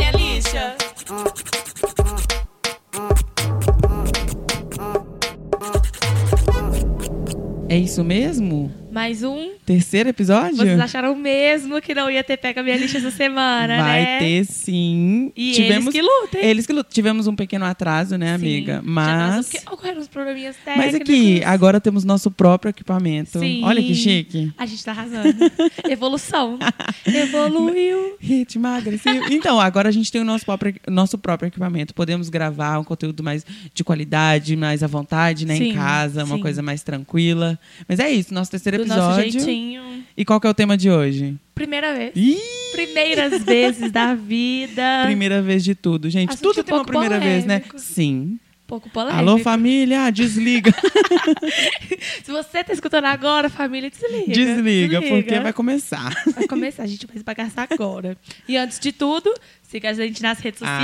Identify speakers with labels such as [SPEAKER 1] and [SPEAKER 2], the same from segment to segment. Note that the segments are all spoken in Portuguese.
[SPEAKER 1] Xuxa.
[SPEAKER 2] É isso mesmo?
[SPEAKER 1] Mais um.
[SPEAKER 2] Terceiro episódio?
[SPEAKER 1] Vocês acharam mesmo que não ia ter pega minha lista essa semana,
[SPEAKER 2] Vai
[SPEAKER 1] né?
[SPEAKER 2] ter sim.
[SPEAKER 1] E eles que lutem.
[SPEAKER 2] Eles que lutam. Tivemos um pequeno atraso, né, amiga? Mas.
[SPEAKER 1] Porque ocorreram uns probleminhas técnicos.
[SPEAKER 2] Mas aqui, agora temos nosso próprio equipamento.
[SPEAKER 1] Sim.
[SPEAKER 2] Olha que chique.
[SPEAKER 1] A gente tá arrasando. Evolução. Evoluiu.
[SPEAKER 2] Ritmo agressivo. Então, agora a gente tem o nosso próprio, nosso próprio equipamento. Podemos gravar um conteúdo mais de qualidade, mais à vontade, né?
[SPEAKER 1] Sim,
[SPEAKER 2] em casa, uma
[SPEAKER 1] sim.
[SPEAKER 2] coisa mais tranquila. Mas é isso, nosso terceiro
[SPEAKER 1] Do nosso
[SPEAKER 2] episódio.
[SPEAKER 1] jeitinho.
[SPEAKER 2] e qual que é o tema de hoje?
[SPEAKER 1] Primeira vez.
[SPEAKER 2] Ih,
[SPEAKER 1] Primeiras vezes da vida.
[SPEAKER 2] primeira vez de tudo, gente.
[SPEAKER 1] Assunto
[SPEAKER 2] tudo
[SPEAKER 1] um
[SPEAKER 2] tem uma
[SPEAKER 1] pouco
[SPEAKER 2] primeira vez,
[SPEAKER 1] polêmico.
[SPEAKER 2] né? Sim.
[SPEAKER 1] Um Pouco polêmico.
[SPEAKER 2] Alô, família, ah, desliga.
[SPEAKER 1] Se você tá escutando agora, família, desliga.
[SPEAKER 2] desliga, porque vai começar.
[SPEAKER 1] Vai começar, a gente vai esbagaçar agora. E antes de tudo, siga a gente nas redes
[SPEAKER 2] Ah,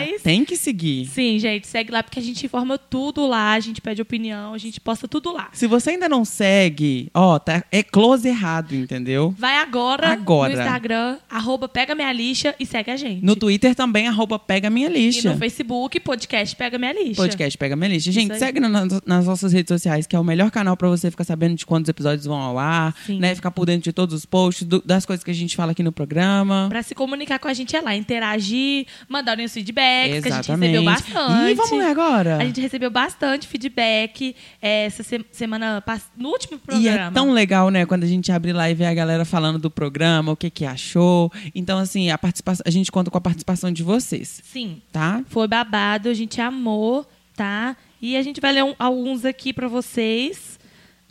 [SPEAKER 1] sociais.
[SPEAKER 2] tem que seguir.
[SPEAKER 1] Sim, gente, segue lá porque a gente informa tudo lá, a gente pede opinião, a gente posta tudo lá.
[SPEAKER 2] Se você ainda não segue, ó, tá, é close errado, entendeu?
[SPEAKER 1] Vai agora,
[SPEAKER 2] Agora.
[SPEAKER 1] no Instagram, arroba Pega Minha Lixa e segue a gente.
[SPEAKER 2] No Twitter também, arroba Pega Minha
[SPEAKER 1] e
[SPEAKER 2] Lixa.
[SPEAKER 1] no Facebook, podcast Pega Minha Lixa.
[SPEAKER 2] Podcast Pega Minha Lixa. Gente,
[SPEAKER 1] aí.
[SPEAKER 2] segue na- nas, nossas redes sociais, que é o melhor canal pra você ficar sabendo de quantos episódios vão ao ar,
[SPEAKER 1] Sim.
[SPEAKER 2] né? Ficar por dentro de todos os posts, do- das coisas que a gente fala aqui no programa.
[SPEAKER 1] Pra se comunicar com a gente é lá, interagir, mandar os feedbacks, que a gente
[SPEAKER 2] Exatamente.
[SPEAKER 1] recebeu bastante.
[SPEAKER 2] Ih, vamos ler agora?
[SPEAKER 1] A gente recebeu bastante feedback é, essa se- semana, pass- no último
[SPEAKER 2] E
[SPEAKER 1] programa.
[SPEAKER 2] é tão legal, né, quando a gente abre lá e vê a galera falando do programa, o que que achou. Então, assim, a, participa- a gente conta com a participação de vocês,
[SPEAKER 1] Sim,
[SPEAKER 2] tá?
[SPEAKER 1] foi babado, a gente amou, tá? E a gente vai ler um- alguns aqui pra vocês.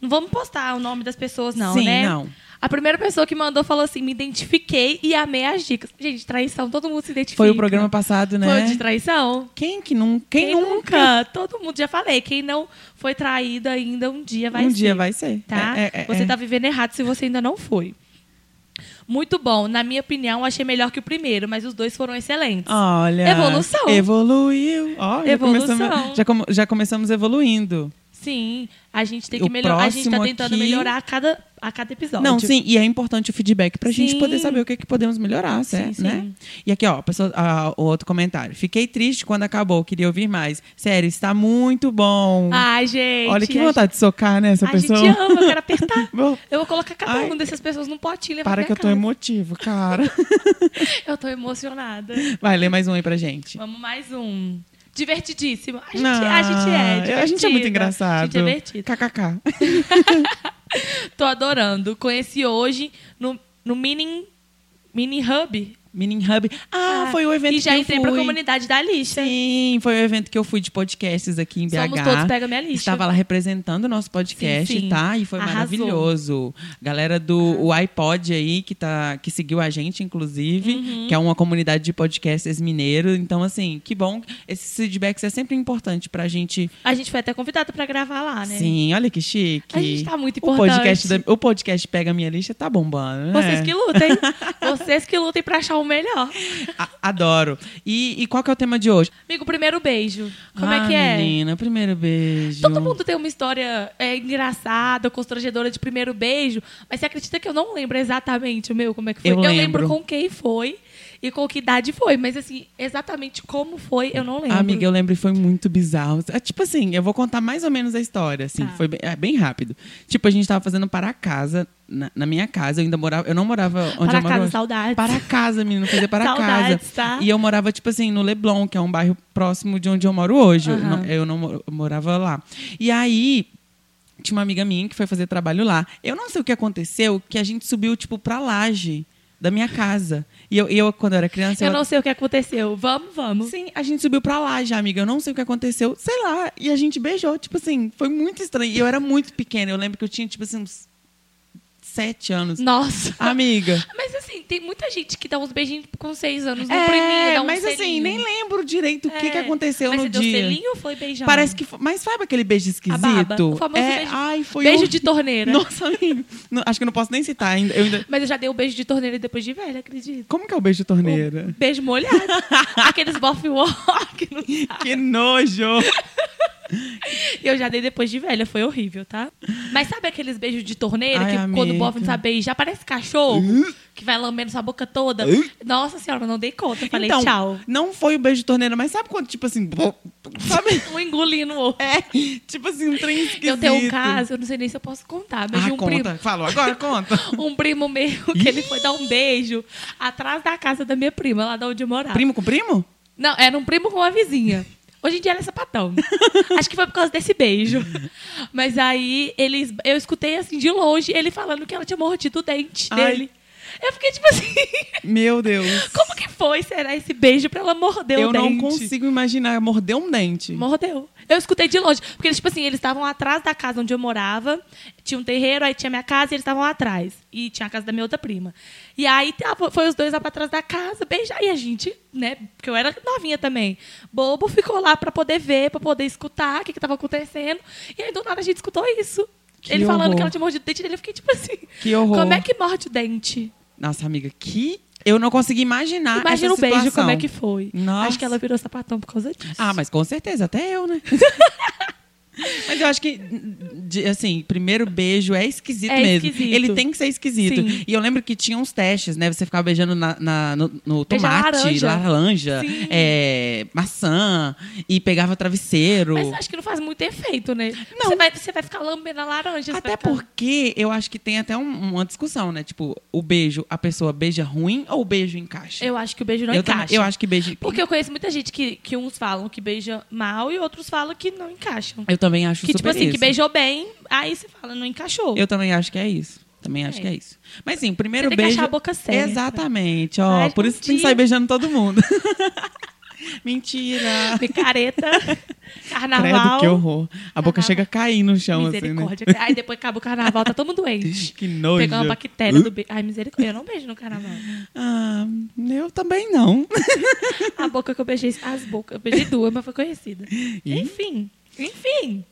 [SPEAKER 1] Não vamos postar o nome das pessoas, não,
[SPEAKER 2] Sim,
[SPEAKER 1] né?
[SPEAKER 2] não.
[SPEAKER 1] A primeira pessoa que mandou falou assim: me identifiquei e amei as dicas. Gente, traição, todo mundo se identifica.
[SPEAKER 2] Foi o programa passado, né?
[SPEAKER 1] Foi o de traição?
[SPEAKER 2] Quem que não, quem, nunca?
[SPEAKER 1] Todo mundo, já falei. Quem não foi traído ainda, um dia vai
[SPEAKER 2] um
[SPEAKER 1] ser.
[SPEAKER 2] dia vai ser.
[SPEAKER 1] Tá?
[SPEAKER 2] É, é, é,
[SPEAKER 1] você
[SPEAKER 2] é.
[SPEAKER 1] tá vivendo errado se você ainda não foi. Muito bom. Na minha opinião, achei melhor que o primeiro, mas os dois foram excelentes.
[SPEAKER 2] Olha.
[SPEAKER 1] Evolução.
[SPEAKER 2] Evoluiu. Ó,
[SPEAKER 1] Evolução.
[SPEAKER 2] Já, começamos, já, como- já começamos evoluindo.
[SPEAKER 1] Sim, a gente tem que
[SPEAKER 2] O
[SPEAKER 1] melhorar. A gente tá
[SPEAKER 2] próximo
[SPEAKER 1] tentando
[SPEAKER 2] aqui-
[SPEAKER 1] melhorar a cada, a cada episódio.
[SPEAKER 2] Não, sim, e é importante o feedback pra gente
[SPEAKER 1] Sim.
[SPEAKER 2] poder saber o que, que podemos melhorar,
[SPEAKER 1] Sim,
[SPEAKER 2] certo?
[SPEAKER 1] sim.
[SPEAKER 2] Né? E aqui, ó, a pessoa- ah, o outro comentário. Fiquei triste quando acabou, queria ouvir mais. Sério, está muito bom.
[SPEAKER 1] Ai, gente.
[SPEAKER 2] Olha que
[SPEAKER 1] a
[SPEAKER 2] vontade de socar, né, essa
[SPEAKER 1] gente- A
[SPEAKER 2] pessoa.
[SPEAKER 1] gente ama, eu quero apertar.
[SPEAKER 2] Bom,
[SPEAKER 1] Eu vou colocar cada
[SPEAKER 2] Ai.
[SPEAKER 1] uma dessas pessoas num potinho e levar pra
[SPEAKER 2] para que eu
[SPEAKER 1] minha
[SPEAKER 2] tô emotivo, cara.
[SPEAKER 1] casa. Eu tô emocionada.
[SPEAKER 2] Vai, lê mais um aí pra gente.
[SPEAKER 1] Vamos mais um. Divertidíssimo. A gente,
[SPEAKER 2] Não,
[SPEAKER 1] a gente é divertida.
[SPEAKER 2] A gente é muito
[SPEAKER 1] A
[SPEAKER 2] engraçado.
[SPEAKER 1] gente é divertido.
[SPEAKER 2] KKK.
[SPEAKER 1] Tô adorando. Conheci hoje no, no Mini, mini Hub.
[SPEAKER 2] Meaning Hub. Ah, foi o evento
[SPEAKER 1] E já
[SPEAKER 2] que eu
[SPEAKER 1] entrei
[SPEAKER 2] fui.
[SPEAKER 1] pra comunidade da lixa.
[SPEAKER 2] Sim, foi o evento que eu fui de podcasts aqui em BH.
[SPEAKER 1] Somos todos Pega Minha Lixa.
[SPEAKER 2] Estava lá representando o nosso podcast,
[SPEAKER 1] Sim, sim.
[SPEAKER 2] tá? E foi
[SPEAKER 1] Arrasou.
[SPEAKER 2] maravilhoso. Galera do o iPod aí, que, tá, que seguiu a gente, inclusive,
[SPEAKER 1] Uhum.
[SPEAKER 2] que é uma comunidade de podcasters mineiro. Então, assim, que bom. Esses feedbacks é sempre importante pra gente.
[SPEAKER 1] A gente foi até convidada pra gravar lá, né?
[SPEAKER 2] Sim, olha que chique.
[SPEAKER 1] A gente tá muito
[SPEAKER 2] O podcast,
[SPEAKER 1] importante.
[SPEAKER 2] da- o podcast Pega Minha Lista tá bombando, né?
[SPEAKER 1] Vocês que lutem. Vocês que lutem pra achar o melhor.
[SPEAKER 2] A- Adoro. E, e qual que é o tema de hoje?
[SPEAKER 1] Amigo, primeiro beijo. Como
[SPEAKER 2] Ah,
[SPEAKER 1] é que é?
[SPEAKER 2] menina, primeiro beijo.
[SPEAKER 1] Todo mundo tem uma história é, engraçada, constrangedora de primeiro beijo, mas você acredita que eu não lembro exatamente o meu, como é que foi?
[SPEAKER 2] Eu lembro.
[SPEAKER 1] com quem foi e com que idade foi, mas assim, exatamente como foi, eu não lembro.
[SPEAKER 2] Ah, Amiga, eu lembro e foi muito bizarro. É, tipo assim, eu vou contar mais ou menos a história, assim.
[SPEAKER 1] Tá.
[SPEAKER 2] Foi bem, é, bem rápido. Tipo, a gente tava fazendo para a casa, na, na minha casa. Eu ainda morava... Eu não morava onde
[SPEAKER 1] Para
[SPEAKER 2] eu moro
[SPEAKER 1] casa,
[SPEAKER 2] hoje.
[SPEAKER 1] saudades.
[SPEAKER 2] Para casa, menino. Fazer para
[SPEAKER 1] Saudades,
[SPEAKER 2] casa.
[SPEAKER 1] tá?
[SPEAKER 2] E eu morava, tipo assim, no Leblon, que é um bairro próximo de onde eu moro hoje. Eu
[SPEAKER 1] Aham.
[SPEAKER 2] não- Eu não, moro- eu morava lá. E aí... Tinha uma amiga minha que foi fazer trabalho lá. Eu não sei o que aconteceu, que a gente subiu, tipo, pra laje da minha casa. E eu, eu quando eu era criança...
[SPEAKER 1] Eu não sei o que aconteceu. Vamos, vamos.
[SPEAKER 2] Sim, a gente subiu pra lá já, amiga. Eu não sei o que aconteceu, sei lá. E a gente beijou. Tipo assim, foi muito estranho. E eu era muito pequena. Eu lembro que eu tinha, tipo assim, uns sete anos.
[SPEAKER 1] Nossa.
[SPEAKER 2] Ah, Amiga.
[SPEAKER 1] Mas assim, tem muita gente que dá uns beijinhos com seis anos no primeiro,
[SPEAKER 2] É,
[SPEAKER 1] dá um
[SPEAKER 2] mas assim,
[SPEAKER 1] selinho.
[SPEAKER 2] nem lembro direito o que,
[SPEAKER 1] É.
[SPEAKER 2] que aconteceu
[SPEAKER 1] mas
[SPEAKER 2] no
[SPEAKER 1] você
[SPEAKER 2] dia.
[SPEAKER 1] Deu selinho ou foi beijão?
[SPEAKER 2] Parece que foi, Mas sabe aquele beijo
[SPEAKER 1] A baba.
[SPEAKER 2] esquisito?
[SPEAKER 1] O famoso
[SPEAKER 2] é,
[SPEAKER 1] beijo.
[SPEAKER 2] Ai, foi
[SPEAKER 1] beijo
[SPEAKER 2] um-
[SPEAKER 1] de torneira.
[SPEAKER 2] Nossa, amiga. Não, acho que eu não posso nem citar ainda. Eu ainda...
[SPEAKER 1] Mas eu já dei o beijo de torneira depois de velha, acredito.
[SPEAKER 2] Como que é o beijo de torneira?
[SPEAKER 1] Um beijo molhado. Aqueles bof walk. não sabe?
[SPEAKER 2] Que nojo!
[SPEAKER 1] Eu já dei depois de velha, foi horrível, tá? Mas sabe aqueles beijos de torneira
[SPEAKER 2] Ai,
[SPEAKER 1] que quando o
[SPEAKER 2] amiga.
[SPEAKER 1] bofe não sabe beijar, parece cachorro? que vai lambendo sua boca toda. Nossa senhora, eu não dei conta. Eu falei,
[SPEAKER 2] então,
[SPEAKER 1] tchau.
[SPEAKER 2] não foi o beijo de torneira, mas sabe quando, tipo assim. Sabe?
[SPEAKER 1] Um engolindo o outro.
[SPEAKER 2] É, tipo assim, um trem esquisito.
[SPEAKER 1] Eu tenho um caso, eu não sei nem se eu posso contar, mas
[SPEAKER 2] Ah,
[SPEAKER 1] de um
[SPEAKER 2] conta.
[SPEAKER 1] primo.
[SPEAKER 2] Falou, agora conta.
[SPEAKER 1] Um primo meu que ele foi dar um beijo atrás da casa da minha prima, lá de onde eu morava.
[SPEAKER 2] primo com primo?
[SPEAKER 1] Não, era um primo com uma vizinha. Hoje em dia ela é sapatão. Acho que foi por causa desse beijo. Mas aí eles, eu escutei assim de longe ele falando que ela tinha mordido o dente
[SPEAKER 2] Ai.
[SPEAKER 1] dele. Eu fiquei tipo assim,
[SPEAKER 2] Meu Deus.
[SPEAKER 1] como que foi será esse beijo pra ela morder
[SPEAKER 2] eu
[SPEAKER 1] o dente?
[SPEAKER 2] não consigo imaginar. Mordeu um dente.
[SPEAKER 1] Mordeu. Eu escutei de longe. Porque eles, tipo assim, eles estavam atrás da casa onde eu morava. Tinha um terreiro, aí tinha minha casa e eles estavam atrás. E tinha a casa da minha outra prima. E aí tava- foi os dois lá pra trás da casa, beijar. E a gente, né? Porque eu era novinha também. Bobo ficou lá pra poder ver, pra poder escutar o que, que tava acontecendo. E aí do nada a gente escutou isso.
[SPEAKER 2] Que
[SPEAKER 1] ele falando
[SPEAKER 2] horror.
[SPEAKER 1] que ela tinha mordido o dente dele, eu fiquei tipo assim.
[SPEAKER 2] Que horror.
[SPEAKER 1] Como é que morde o dente?
[SPEAKER 2] Nossa, amiga, que. Eu não consegui imaginar.
[SPEAKER 1] Imagina
[SPEAKER 2] Ah, essa
[SPEAKER 1] o beijo,
[SPEAKER 2] situação.
[SPEAKER 1] como é que foi.
[SPEAKER 2] Nossa.
[SPEAKER 1] Acho que ela virou sapatão por causa disso.
[SPEAKER 2] Ah, mas com certeza, até eu, né? mas eu acho que, de- assim, primeiro beijo é esquisito
[SPEAKER 1] É
[SPEAKER 2] mesmo.
[SPEAKER 1] esquisito.
[SPEAKER 2] Ele tem que ser esquisito.
[SPEAKER 1] Sim.
[SPEAKER 2] E eu lembro que tinha uns testes, né? Você ficava beijando na, na- no, no
[SPEAKER 1] Beijar
[SPEAKER 2] tomate,
[SPEAKER 1] laranja.
[SPEAKER 2] laranja,
[SPEAKER 1] Sim.
[SPEAKER 2] é, maçã, e pegava travesseiro.
[SPEAKER 1] Mas eu acho que não faz muito efeito, né?
[SPEAKER 2] Não.
[SPEAKER 1] Você vai, você vai ficar lambendo a laranja. você
[SPEAKER 2] Até
[SPEAKER 1] vai ficar-
[SPEAKER 2] porque eu acho que tem até um- uma discussão, né? Tipo, o beijo, a pessoa beija ruim ou o beijo encaixa?
[SPEAKER 1] Eu acho que o beijo não
[SPEAKER 2] eu,
[SPEAKER 1] encaixa.
[SPEAKER 2] também- eu acho que beijo.
[SPEAKER 1] Porque eu conheço muita gente que, que uns falam que beija mal e outros falam que não encaixam.
[SPEAKER 2] Eu também acho
[SPEAKER 1] que,
[SPEAKER 2] super
[SPEAKER 1] tipo assim, que
[SPEAKER 2] isso.
[SPEAKER 1] beijou bem, aí você fala, não encaixou.
[SPEAKER 2] Eu também acho que é isso. Também acho
[SPEAKER 1] É.
[SPEAKER 2] que é isso. Mas sim, o
[SPEAKER 1] Você
[SPEAKER 2] primeiro
[SPEAKER 1] tem que
[SPEAKER 2] beijo.
[SPEAKER 1] achar a boca certa.
[SPEAKER 2] Exatamente, ó.
[SPEAKER 1] Ai,
[SPEAKER 2] por isso tem que sair
[SPEAKER 1] entendi.
[SPEAKER 2] beijando todo mundo. Mentira.
[SPEAKER 1] Picareta,
[SPEAKER 2] Credo,
[SPEAKER 1] carnaval.
[SPEAKER 2] que horror. A boca
[SPEAKER 1] Carnaval.
[SPEAKER 2] chega a cair no chão, assim, né?
[SPEAKER 1] Tá Misericórdia. Aí depois acaba o carnaval, tá todo mundo doente.
[SPEAKER 2] Que nojo.
[SPEAKER 1] Pegou uma bactéria do beijo. Ai, misericórdia. Eu não beijo no carnaval.
[SPEAKER 2] Ah, eu também não.
[SPEAKER 1] A boca que eu beijei, as bocas. Eu beijei duas, mas foi conhecida. Enfim, enfim.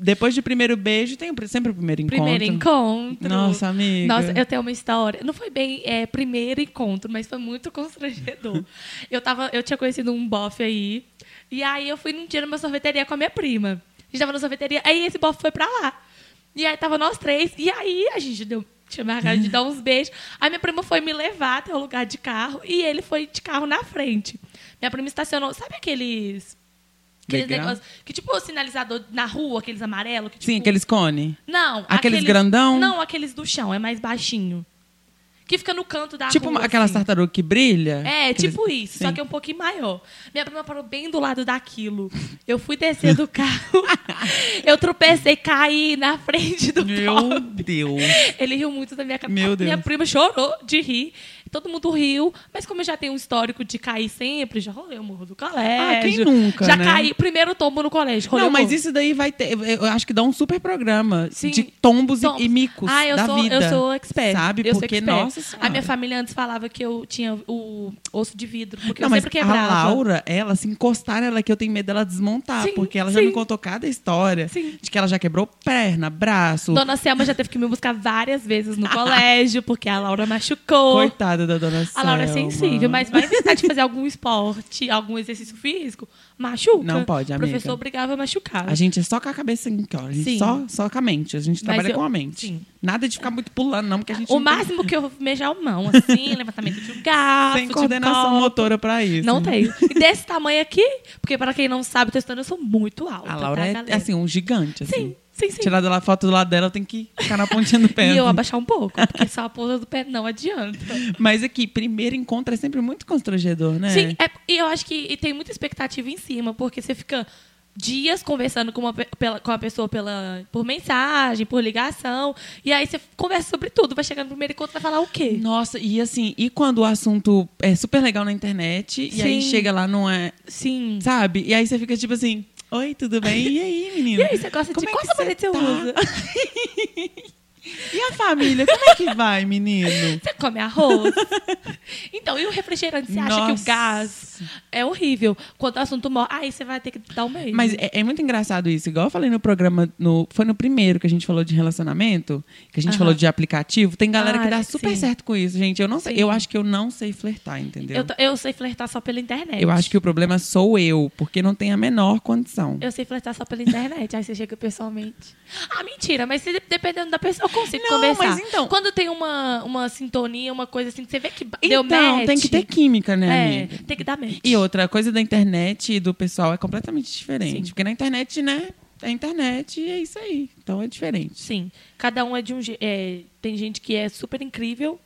[SPEAKER 2] Depois de primeiro beijo, tem o pr- sempre o primeiro encontro.
[SPEAKER 1] Primeiro encontro.
[SPEAKER 2] Nossa, amiga.
[SPEAKER 1] Nossa, eu tenho uma história. Não foi bem é, primeiro encontro, mas foi muito constrangedor. eu, tava, eu tinha conhecido um bofe aí. E aí eu fui num dia numa sorveteria com a minha prima. A gente tava na sorveteria, aí esse bofe foi pra lá. E aí tava nós três. E aí a gente deu. Tinha marcado de dar uns beijos. Aí minha prima foi me levar até o lugar de carro e ele foi de carro na frente. Minha prima estacionou. Sabe aqueles. Aqueles
[SPEAKER 2] Legal.
[SPEAKER 1] negócios. Que tipo o sinalizador na rua, aqueles amarelos. Que, tipo,
[SPEAKER 2] Sim, aqueles cone.
[SPEAKER 1] não.
[SPEAKER 2] Aqueles grandão?
[SPEAKER 1] Não, aqueles do chão, é mais baixinho. Que fica no canto da
[SPEAKER 2] tipo
[SPEAKER 1] rua,
[SPEAKER 2] uma- aquelas
[SPEAKER 1] assim.
[SPEAKER 2] tartarugas que brilha.
[SPEAKER 1] É,
[SPEAKER 2] Aqueles-
[SPEAKER 1] tipo isso, só
[SPEAKER 2] Sim.
[SPEAKER 1] que é um pouquinho maior. Minha prima parou bem do lado daquilo. Eu fui descer do carro, eu tropecei, caí na frente do
[SPEAKER 2] Meu
[SPEAKER 1] pobre.
[SPEAKER 2] Deus.
[SPEAKER 1] Ele riu muito da minha cara.
[SPEAKER 2] Meu Deus.
[SPEAKER 1] Minha prima chorou de rir. Todo mundo riu. Mas como eu já tenho um histórico de cair sempre, já rolei o morro do colégio.
[SPEAKER 2] Ah, quem nunca,
[SPEAKER 1] Já
[SPEAKER 2] né?
[SPEAKER 1] caí. Primeiro tombo no colégio. rolei
[SPEAKER 2] não,
[SPEAKER 1] o
[SPEAKER 2] mas
[SPEAKER 1] morro.
[SPEAKER 2] isso daí vai ter. Eu acho que dá um super programa
[SPEAKER 1] Sim.
[SPEAKER 2] de tombos, e-
[SPEAKER 1] Tombos.
[SPEAKER 2] E, micos
[SPEAKER 1] ah, eu
[SPEAKER 2] da
[SPEAKER 1] sou,
[SPEAKER 2] vida.
[SPEAKER 1] Eu sou expert.
[SPEAKER 2] Sabe?
[SPEAKER 1] Eu sou
[SPEAKER 2] Porque,
[SPEAKER 1] expert.
[SPEAKER 2] nossa senhora.
[SPEAKER 1] A minha família antes falava que eu tinha o osso de vidro, porque
[SPEAKER 2] não,
[SPEAKER 1] eu
[SPEAKER 2] mas
[SPEAKER 1] sempre é quebrava.
[SPEAKER 2] a Laura, ela, se encostar nela que eu tenho medo dela desmontar,
[SPEAKER 1] Sim,
[SPEAKER 2] porque ela já
[SPEAKER 1] sim.
[SPEAKER 2] me contou cada história
[SPEAKER 1] Sim.
[SPEAKER 2] de que ela já quebrou perna, braço.
[SPEAKER 1] Dona Selma já teve que me buscar várias vezes no colégio, porque a Laura machucou.
[SPEAKER 2] Coitada da dona
[SPEAKER 1] A Laura é
[SPEAKER 2] Selma.
[SPEAKER 1] sensível, mas vai inventar de fazer algum esporte, algum exercício físico, machuca.
[SPEAKER 2] Não pode, amiga.
[SPEAKER 1] O professor obrigava a machucar.
[SPEAKER 2] A gente é só com a cabeça, assim, ó. A gente
[SPEAKER 1] Sim.
[SPEAKER 2] só, só com a mente. A gente
[SPEAKER 1] Mas
[SPEAKER 2] trabalha
[SPEAKER 1] eu-
[SPEAKER 2] com a mente.
[SPEAKER 1] sim.
[SPEAKER 2] Nada de ficar muito pulando, não, porque a gente
[SPEAKER 1] O
[SPEAKER 2] não tem-
[SPEAKER 1] máximo que eu mexer a mão, assim, levantamento de um garfo,
[SPEAKER 2] tem
[SPEAKER 1] de
[SPEAKER 2] coordenação né?
[SPEAKER 1] copo.
[SPEAKER 2] motora pra isso.
[SPEAKER 1] Não tenho. E desse tamanho aqui, porque para quem não sabe, testando, eu sou muito alta.
[SPEAKER 2] A Laura
[SPEAKER 1] tá,
[SPEAKER 2] é,
[SPEAKER 1] galera?
[SPEAKER 2] assim, um gigante, assim.
[SPEAKER 1] Sim, sim, sim.
[SPEAKER 2] Tirar dela a foto do lado dela, tem que ficar na pontinha do pé. né?
[SPEAKER 1] E eu abaixar um pouco, porque só a ponta do pé não adianta.
[SPEAKER 2] Mas aqui, primeiro encontro é sempre muito constrangedor, né?
[SPEAKER 1] Sim, é- e eu acho que e tem muita expectativa em cima, porque você fica dias conversando com uma, pe- pela, com a pessoa pela, por mensagem, por ligação, e aí você conversa sobre tudo, vai chegar no primeiro encontro vai falar o quê?
[SPEAKER 2] Nossa, e assim, e quando o assunto é super legal na internet, e aí
[SPEAKER 1] Sim.
[SPEAKER 2] chega lá, não é.
[SPEAKER 1] Sim.
[SPEAKER 2] Sabe? E aí você fica tipo assim: Oi, tudo bem? E aí, menino?
[SPEAKER 1] E aí, você gosta
[SPEAKER 2] Como
[SPEAKER 1] de
[SPEAKER 2] é
[SPEAKER 1] qual
[SPEAKER 2] que
[SPEAKER 1] sabonete você
[SPEAKER 2] tá?
[SPEAKER 1] usa?
[SPEAKER 2] E a família? Como é que vai, menino?
[SPEAKER 1] Você come arroz? então, e o refrigerante? Você acha que
[SPEAKER 2] Nossa.
[SPEAKER 1] o gás é horrível? Quando o assunto morre, aí você vai ter que dar um beijo.
[SPEAKER 2] Mas é, é muito engraçado isso. Igual eu falei no programa, no, foi no primeiro que a gente falou de relacionamento, que a gente
[SPEAKER 1] Aham.
[SPEAKER 2] falou de aplicativo. Tem galera que
[SPEAKER 1] Ah,
[SPEAKER 2] dá super
[SPEAKER 1] sim.
[SPEAKER 2] certo com isso, gente. Eu não sei,
[SPEAKER 1] Sim.
[SPEAKER 2] eu acho que eu não sei flertar, entendeu?
[SPEAKER 1] eu, tô- eu sei flertar só pela internet.
[SPEAKER 2] Eu acho que o problema sou eu, porque não tem a menor condição.
[SPEAKER 1] Eu sei flertar só pela internet, aí você chega pessoalmente. Ah, mentira, mas se de- dependendo da pessoa, eu consigo
[SPEAKER 2] Não,
[SPEAKER 1] conversar.
[SPEAKER 2] mas então-
[SPEAKER 1] Quando tem uma, uma sintonia, uma coisa assim, que você vê que ba- deu
[SPEAKER 2] Então,
[SPEAKER 1] match.
[SPEAKER 2] tem que ter química, né,
[SPEAKER 1] É,
[SPEAKER 2] amiga?
[SPEAKER 1] tem que dar match.
[SPEAKER 2] E outra a coisa da internet e do pessoal é completamente diferente.
[SPEAKER 1] Sim.
[SPEAKER 2] Porque na internet, né? É internet e é isso aí. Então é diferente.
[SPEAKER 1] Sim. Cada um é de um jeito. tem gente que é super incrível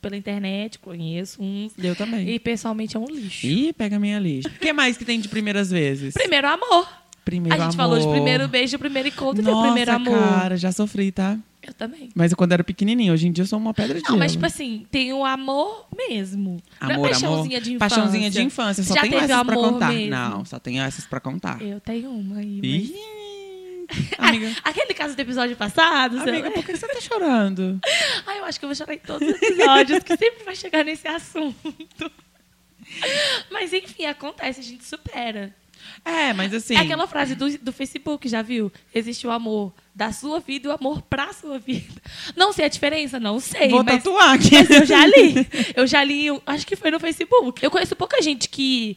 [SPEAKER 1] pela internet, conheço uns.
[SPEAKER 2] Eu também.
[SPEAKER 1] E pessoalmente é um lixo.
[SPEAKER 2] Ih, pega a minha lista. O que mais que tem de primeiras vezes?
[SPEAKER 1] Primeiro amor.
[SPEAKER 2] Primeiro
[SPEAKER 1] a gente falou de
[SPEAKER 2] amor.
[SPEAKER 1] primeiro beijo, de primeiro encontro e de
[SPEAKER 2] Nossa,
[SPEAKER 1] primeiro amor.
[SPEAKER 2] cara, já sofri, tá?
[SPEAKER 1] Eu também.
[SPEAKER 2] Mas eu, quando era pequenininho, hoje em dia eu sou uma pedra de
[SPEAKER 1] Não, mas
[SPEAKER 2] gelo.
[SPEAKER 1] tipo assim, tem o amor mesmo. Não é
[SPEAKER 2] Amor,
[SPEAKER 1] paixãozinha
[SPEAKER 2] amor.
[SPEAKER 1] de infância.
[SPEAKER 2] Paixãozinha de infância. Só
[SPEAKER 1] Já
[SPEAKER 2] tenho
[SPEAKER 1] teve
[SPEAKER 2] essas pra
[SPEAKER 1] amor
[SPEAKER 2] contar.
[SPEAKER 1] mesmo?
[SPEAKER 2] Não, só tenho essas pra contar.
[SPEAKER 1] Eu tenho uma aí. mas-
[SPEAKER 2] Ih, amiga,
[SPEAKER 1] Ah, Aquele caso do episódio passado, sei
[SPEAKER 2] amiga,
[SPEAKER 1] lá.
[SPEAKER 2] por que você tá chorando?
[SPEAKER 1] Ai, eu acho que eu vou chorar em todos os episódios, que sempre vai chegar nesse assunto. Mas enfim, acontece, a gente supera.
[SPEAKER 2] É, mas assim.
[SPEAKER 1] É aquela frase do, do Facebook, já viu? Existe o amor da sua vida e o amor pra sua vida. Não sei a diferença, não sei.
[SPEAKER 2] Vou
[SPEAKER 1] mas
[SPEAKER 2] tatuar aqui.
[SPEAKER 1] Mas eu já li. Eu já li, eu acho que foi no Facebook. Eu conheço pouca gente que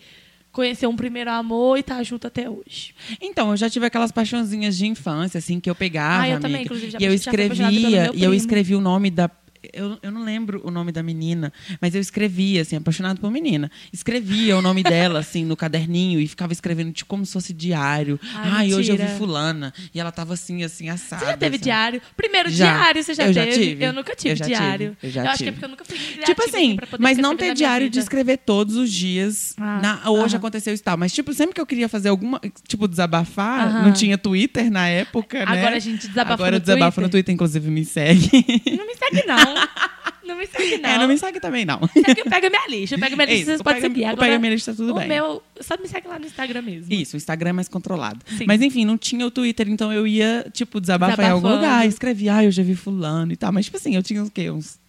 [SPEAKER 1] conheceu um primeiro amor e tá junto até hoje.
[SPEAKER 2] Então, eu já tive aquelas paixãozinhas de infância, assim, que eu pegava.
[SPEAKER 1] Ah, eu
[SPEAKER 2] amiga,
[SPEAKER 1] também, inclusive, já-
[SPEAKER 2] e eu
[SPEAKER 1] já fui apaixonada pelo
[SPEAKER 2] escrevia,
[SPEAKER 1] meu
[SPEAKER 2] e eu
[SPEAKER 1] primo.
[SPEAKER 2] escrevi o nome da. Eu, eu não lembro o nome da menina, mas eu escrevia, assim, apaixonado por menina. Escrevia o nome dela, assim, no caderninho e ficava escrevendo tipo, como se fosse diário.
[SPEAKER 1] Ai,
[SPEAKER 2] Ai, hoje eu vi
[SPEAKER 1] mentira.
[SPEAKER 2] fulana. E ela tava assim, assim, assada.
[SPEAKER 1] Você já teve
[SPEAKER 2] assim.
[SPEAKER 1] diário? Primeiro
[SPEAKER 2] Já.
[SPEAKER 1] diário você já
[SPEAKER 2] Eu já
[SPEAKER 1] teve?
[SPEAKER 2] tive.
[SPEAKER 1] Eu nunca tive
[SPEAKER 2] Eu já tive.
[SPEAKER 1] diário.
[SPEAKER 2] Eu já
[SPEAKER 1] acho que é
[SPEAKER 2] tive.
[SPEAKER 1] porque eu nunca fui
[SPEAKER 2] Tipo
[SPEAKER 1] criativa,
[SPEAKER 2] assim,
[SPEAKER 1] pra poder
[SPEAKER 2] mas não
[SPEAKER 1] escrever na
[SPEAKER 2] ter
[SPEAKER 1] minha
[SPEAKER 2] diário de
[SPEAKER 1] vida.
[SPEAKER 2] escrever todos os dias.
[SPEAKER 1] Ah,
[SPEAKER 2] na- hoje
[SPEAKER 1] aham.
[SPEAKER 2] aconteceu isso e tal. Mas, tipo, sempre que eu queria fazer alguma. Tipo, desabafar,
[SPEAKER 1] Aham.
[SPEAKER 2] não tinha Twitter na época, né?
[SPEAKER 1] Agora a gente desabafa
[SPEAKER 2] Agora
[SPEAKER 1] no
[SPEAKER 2] eu desabafo
[SPEAKER 1] Twitter.
[SPEAKER 2] no Twitter, inclusive me segue.
[SPEAKER 1] Não me segue, não. Não me segue, não.
[SPEAKER 2] É, não me segue também, não.
[SPEAKER 1] Segue o Pega Minha Lista. O Pega Minha Lista
[SPEAKER 2] Isso,
[SPEAKER 1] vocês
[SPEAKER 2] o
[SPEAKER 1] podem
[SPEAKER 2] Pega-
[SPEAKER 1] seguir.
[SPEAKER 2] o
[SPEAKER 1] Agora,
[SPEAKER 2] Pega Minha Lista, tudo
[SPEAKER 1] o
[SPEAKER 2] bem.
[SPEAKER 1] meu, só me segue lá no Instagram mesmo.
[SPEAKER 2] Isso, o Instagram é mais controlado.
[SPEAKER 1] Sim.
[SPEAKER 2] Mas enfim, não tinha o Twitter, então eu ia, tipo, desabafar em algum
[SPEAKER 1] Desabafando.
[SPEAKER 2] lugar. Escrevia, ah, eu já vi fulano e tal. Mas, tipo assim, eu tinha uns quê? Uns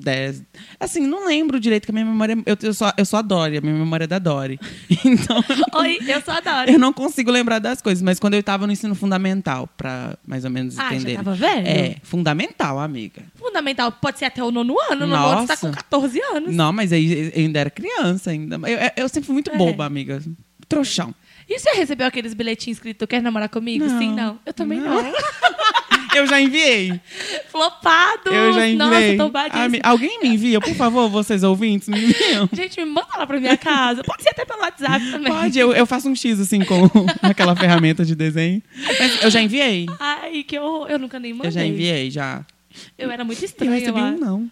[SPEAKER 2] 10. Assim, não lembro direito, que a minha memória. é- Eu, eu, sou, eu sou a Dory, a minha memória é da Dory. Então.
[SPEAKER 1] Oi, eu sou a Dora.
[SPEAKER 2] Eu não consigo lembrar das coisas, mas quando eu tava no ensino fundamental, pra mais ou menos
[SPEAKER 1] Ah, já
[SPEAKER 2] entender.
[SPEAKER 1] tava velho?
[SPEAKER 2] É, fundamental, amiga.
[SPEAKER 1] Fundamental pode ser até o nono ano. No nono você tá com
[SPEAKER 2] Nossa.
[SPEAKER 1] 14 anos.
[SPEAKER 2] Não, mas aí eu ainda era criança ainda. Eu, eu- eu sempre fui muito
[SPEAKER 1] É.
[SPEAKER 2] boba, amiga. Trouxão.
[SPEAKER 1] E você recebeu aqueles bilhetinhos escrito quer namorar comigo?
[SPEAKER 2] Não.
[SPEAKER 1] Sim, não. Eu também não.
[SPEAKER 2] Eu já enviei.
[SPEAKER 1] Flopado.
[SPEAKER 2] Eu já enviei.
[SPEAKER 1] Nossa, tô badíssima.
[SPEAKER 2] Ami- Alguém me envia, por favor, vocês ouvintes, me enviam.
[SPEAKER 1] Gente, me manda lá pra minha casa. Pode ser até pelo WhatsApp também.
[SPEAKER 2] Pode, eu, eu faço um X assim com aquela ferramenta de desenho. Mas eu já enviei.
[SPEAKER 1] Ai, que horror. Eu nunca nem mandei.
[SPEAKER 2] Eu já enviei, já.
[SPEAKER 1] Eu era muito
[SPEAKER 2] Eu
[SPEAKER 1] estranha
[SPEAKER 2] recebi
[SPEAKER 1] lá.
[SPEAKER 2] um não.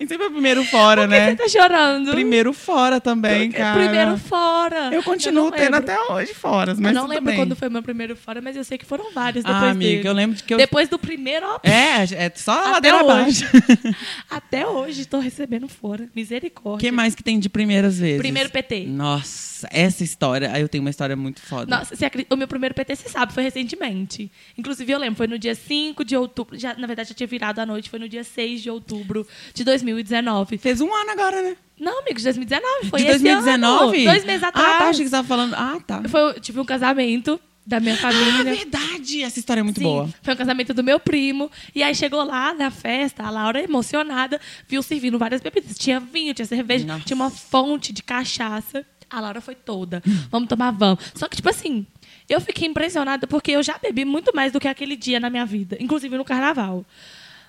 [SPEAKER 2] e sempre é o primeiro fora,
[SPEAKER 1] Por que você
[SPEAKER 2] né?
[SPEAKER 1] tá chorando?
[SPEAKER 2] Primeiro fora também,
[SPEAKER 1] Porque-
[SPEAKER 2] cara.
[SPEAKER 1] Primeiro fora.
[SPEAKER 2] Eu continuo
[SPEAKER 1] não
[SPEAKER 2] tendo
[SPEAKER 1] lembro.
[SPEAKER 2] até hoje foras, mas
[SPEAKER 1] eu não
[SPEAKER 2] tudo
[SPEAKER 1] lembro
[SPEAKER 2] bem.
[SPEAKER 1] quando foi meu primeiro fora, mas eu sei que foram vários depois
[SPEAKER 2] Ah, amiga,
[SPEAKER 1] dele.
[SPEAKER 2] eu lembro de que eu...
[SPEAKER 1] Depois do primeiro, ó,
[SPEAKER 2] É, é só a
[SPEAKER 1] até
[SPEAKER 2] ladeira
[SPEAKER 1] hoje.
[SPEAKER 2] abaixo.
[SPEAKER 1] até hoje tô recebendo fora. Misericórdia.
[SPEAKER 2] O que mais que tem de primeiras vezes?
[SPEAKER 1] Primeiro PT.
[SPEAKER 2] Nossa, essa história... Aí eu tenho uma história muito foda.
[SPEAKER 1] Nossa, você acredita- o meu primeiro PT, você sabe, foi recentemente. Inclusive, eu lembro, foi no dia 5 de outubro. Já, na verdade, já tinha virado a noite, foi no dia 6 de outubro de 2019.
[SPEAKER 2] Fez um ano agora, né?
[SPEAKER 1] Não, amigo, de 2019. Foi
[SPEAKER 2] de
[SPEAKER 1] esse
[SPEAKER 2] 2019?
[SPEAKER 1] ano. Dois meses atrás.
[SPEAKER 2] Ah, tá, achei que você tava falando... Ah, tá.
[SPEAKER 1] Foi, eu tive um casamento da minha
[SPEAKER 2] Ah,
[SPEAKER 1] família.
[SPEAKER 2] verdade! Essa história é muito
[SPEAKER 1] Sim,
[SPEAKER 2] boa.
[SPEAKER 1] Foi um casamento do meu primo. E aí chegou lá na festa, a Laura, emocionada, viu servindo várias bebidas. Tinha vinho, tinha cerveja,
[SPEAKER 2] Nossa.
[SPEAKER 1] tinha uma fonte de cachaça. A Laura foi toda. Vamos tomar, vamos. Só que, tipo assim, eu fiquei impressionada porque eu já bebi muito mais do que aquele dia na minha vida, inclusive no carnaval.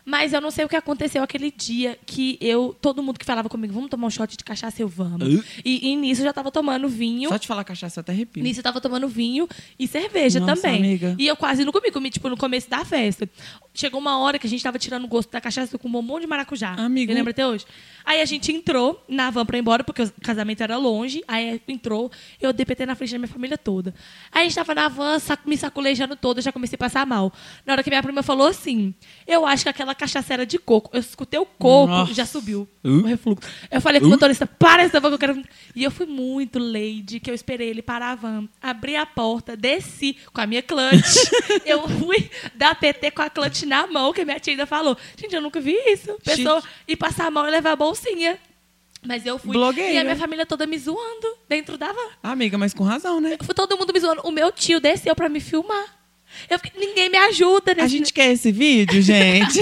[SPEAKER 1] Mas eu não sei o que aconteceu aquele dia que eu. Todo mundo que falava comigo, vamos tomar um shot de cachaça, eu vamos.
[SPEAKER 2] Uh.
[SPEAKER 1] E, e nisso eu já tava tomando vinho.
[SPEAKER 2] Só te falar cachaça, eu até arrepio.
[SPEAKER 1] Nisso eu tava tomando vinho e cerveja
[SPEAKER 2] Nossa,
[SPEAKER 1] também.
[SPEAKER 2] amiga.
[SPEAKER 1] E eu quase não comi, comi tipo no começo da festa. Chegou uma hora que a gente tava tirando o gosto da cachaça com um bombom de maracujá.
[SPEAKER 2] Amigo.
[SPEAKER 1] Eu lembro até hoje. Aí a gente entrou na van pra ir embora, porque o casamento era longe. Aí entrou, eu DPT na frente da minha família toda. Aí a gente tava na van, sac- me sacolejando toda, eu já comecei a passar mal. Na hora que minha prima falou assim: Eu acho que aquela cachaça era de coco. Eu escutei o coco
[SPEAKER 2] Nossa.
[SPEAKER 1] e já subiu.
[SPEAKER 2] Uh.
[SPEAKER 1] O refluxo. Eu falei com o
[SPEAKER 2] Uh.
[SPEAKER 1] motorista, para essa van que eu quero. E eu fui muito lady, que eu esperei ele parar a van. Abri a porta, desci com a minha clutch. eu fui dar PT com a clutch na mão, que minha tia ainda falou. Gente, eu nunca vi isso. Pessoa ir passar a mão e levar a bolsinha. Mas eu fui.
[SPEAKER 2] Blogueira.
[SPEAKER 1] E a minha família toda me zoando dentro da van.
[SPEAKER 2] Amiga, mas com razão, né?
[SPEAKER 1] Foi todo mundo me zoando. O meu tio desceu pra me filmar. Eu fiquei, ninguém me ajuda nesse
[SPEAKER 2] A gente quer esse vídeo, gente?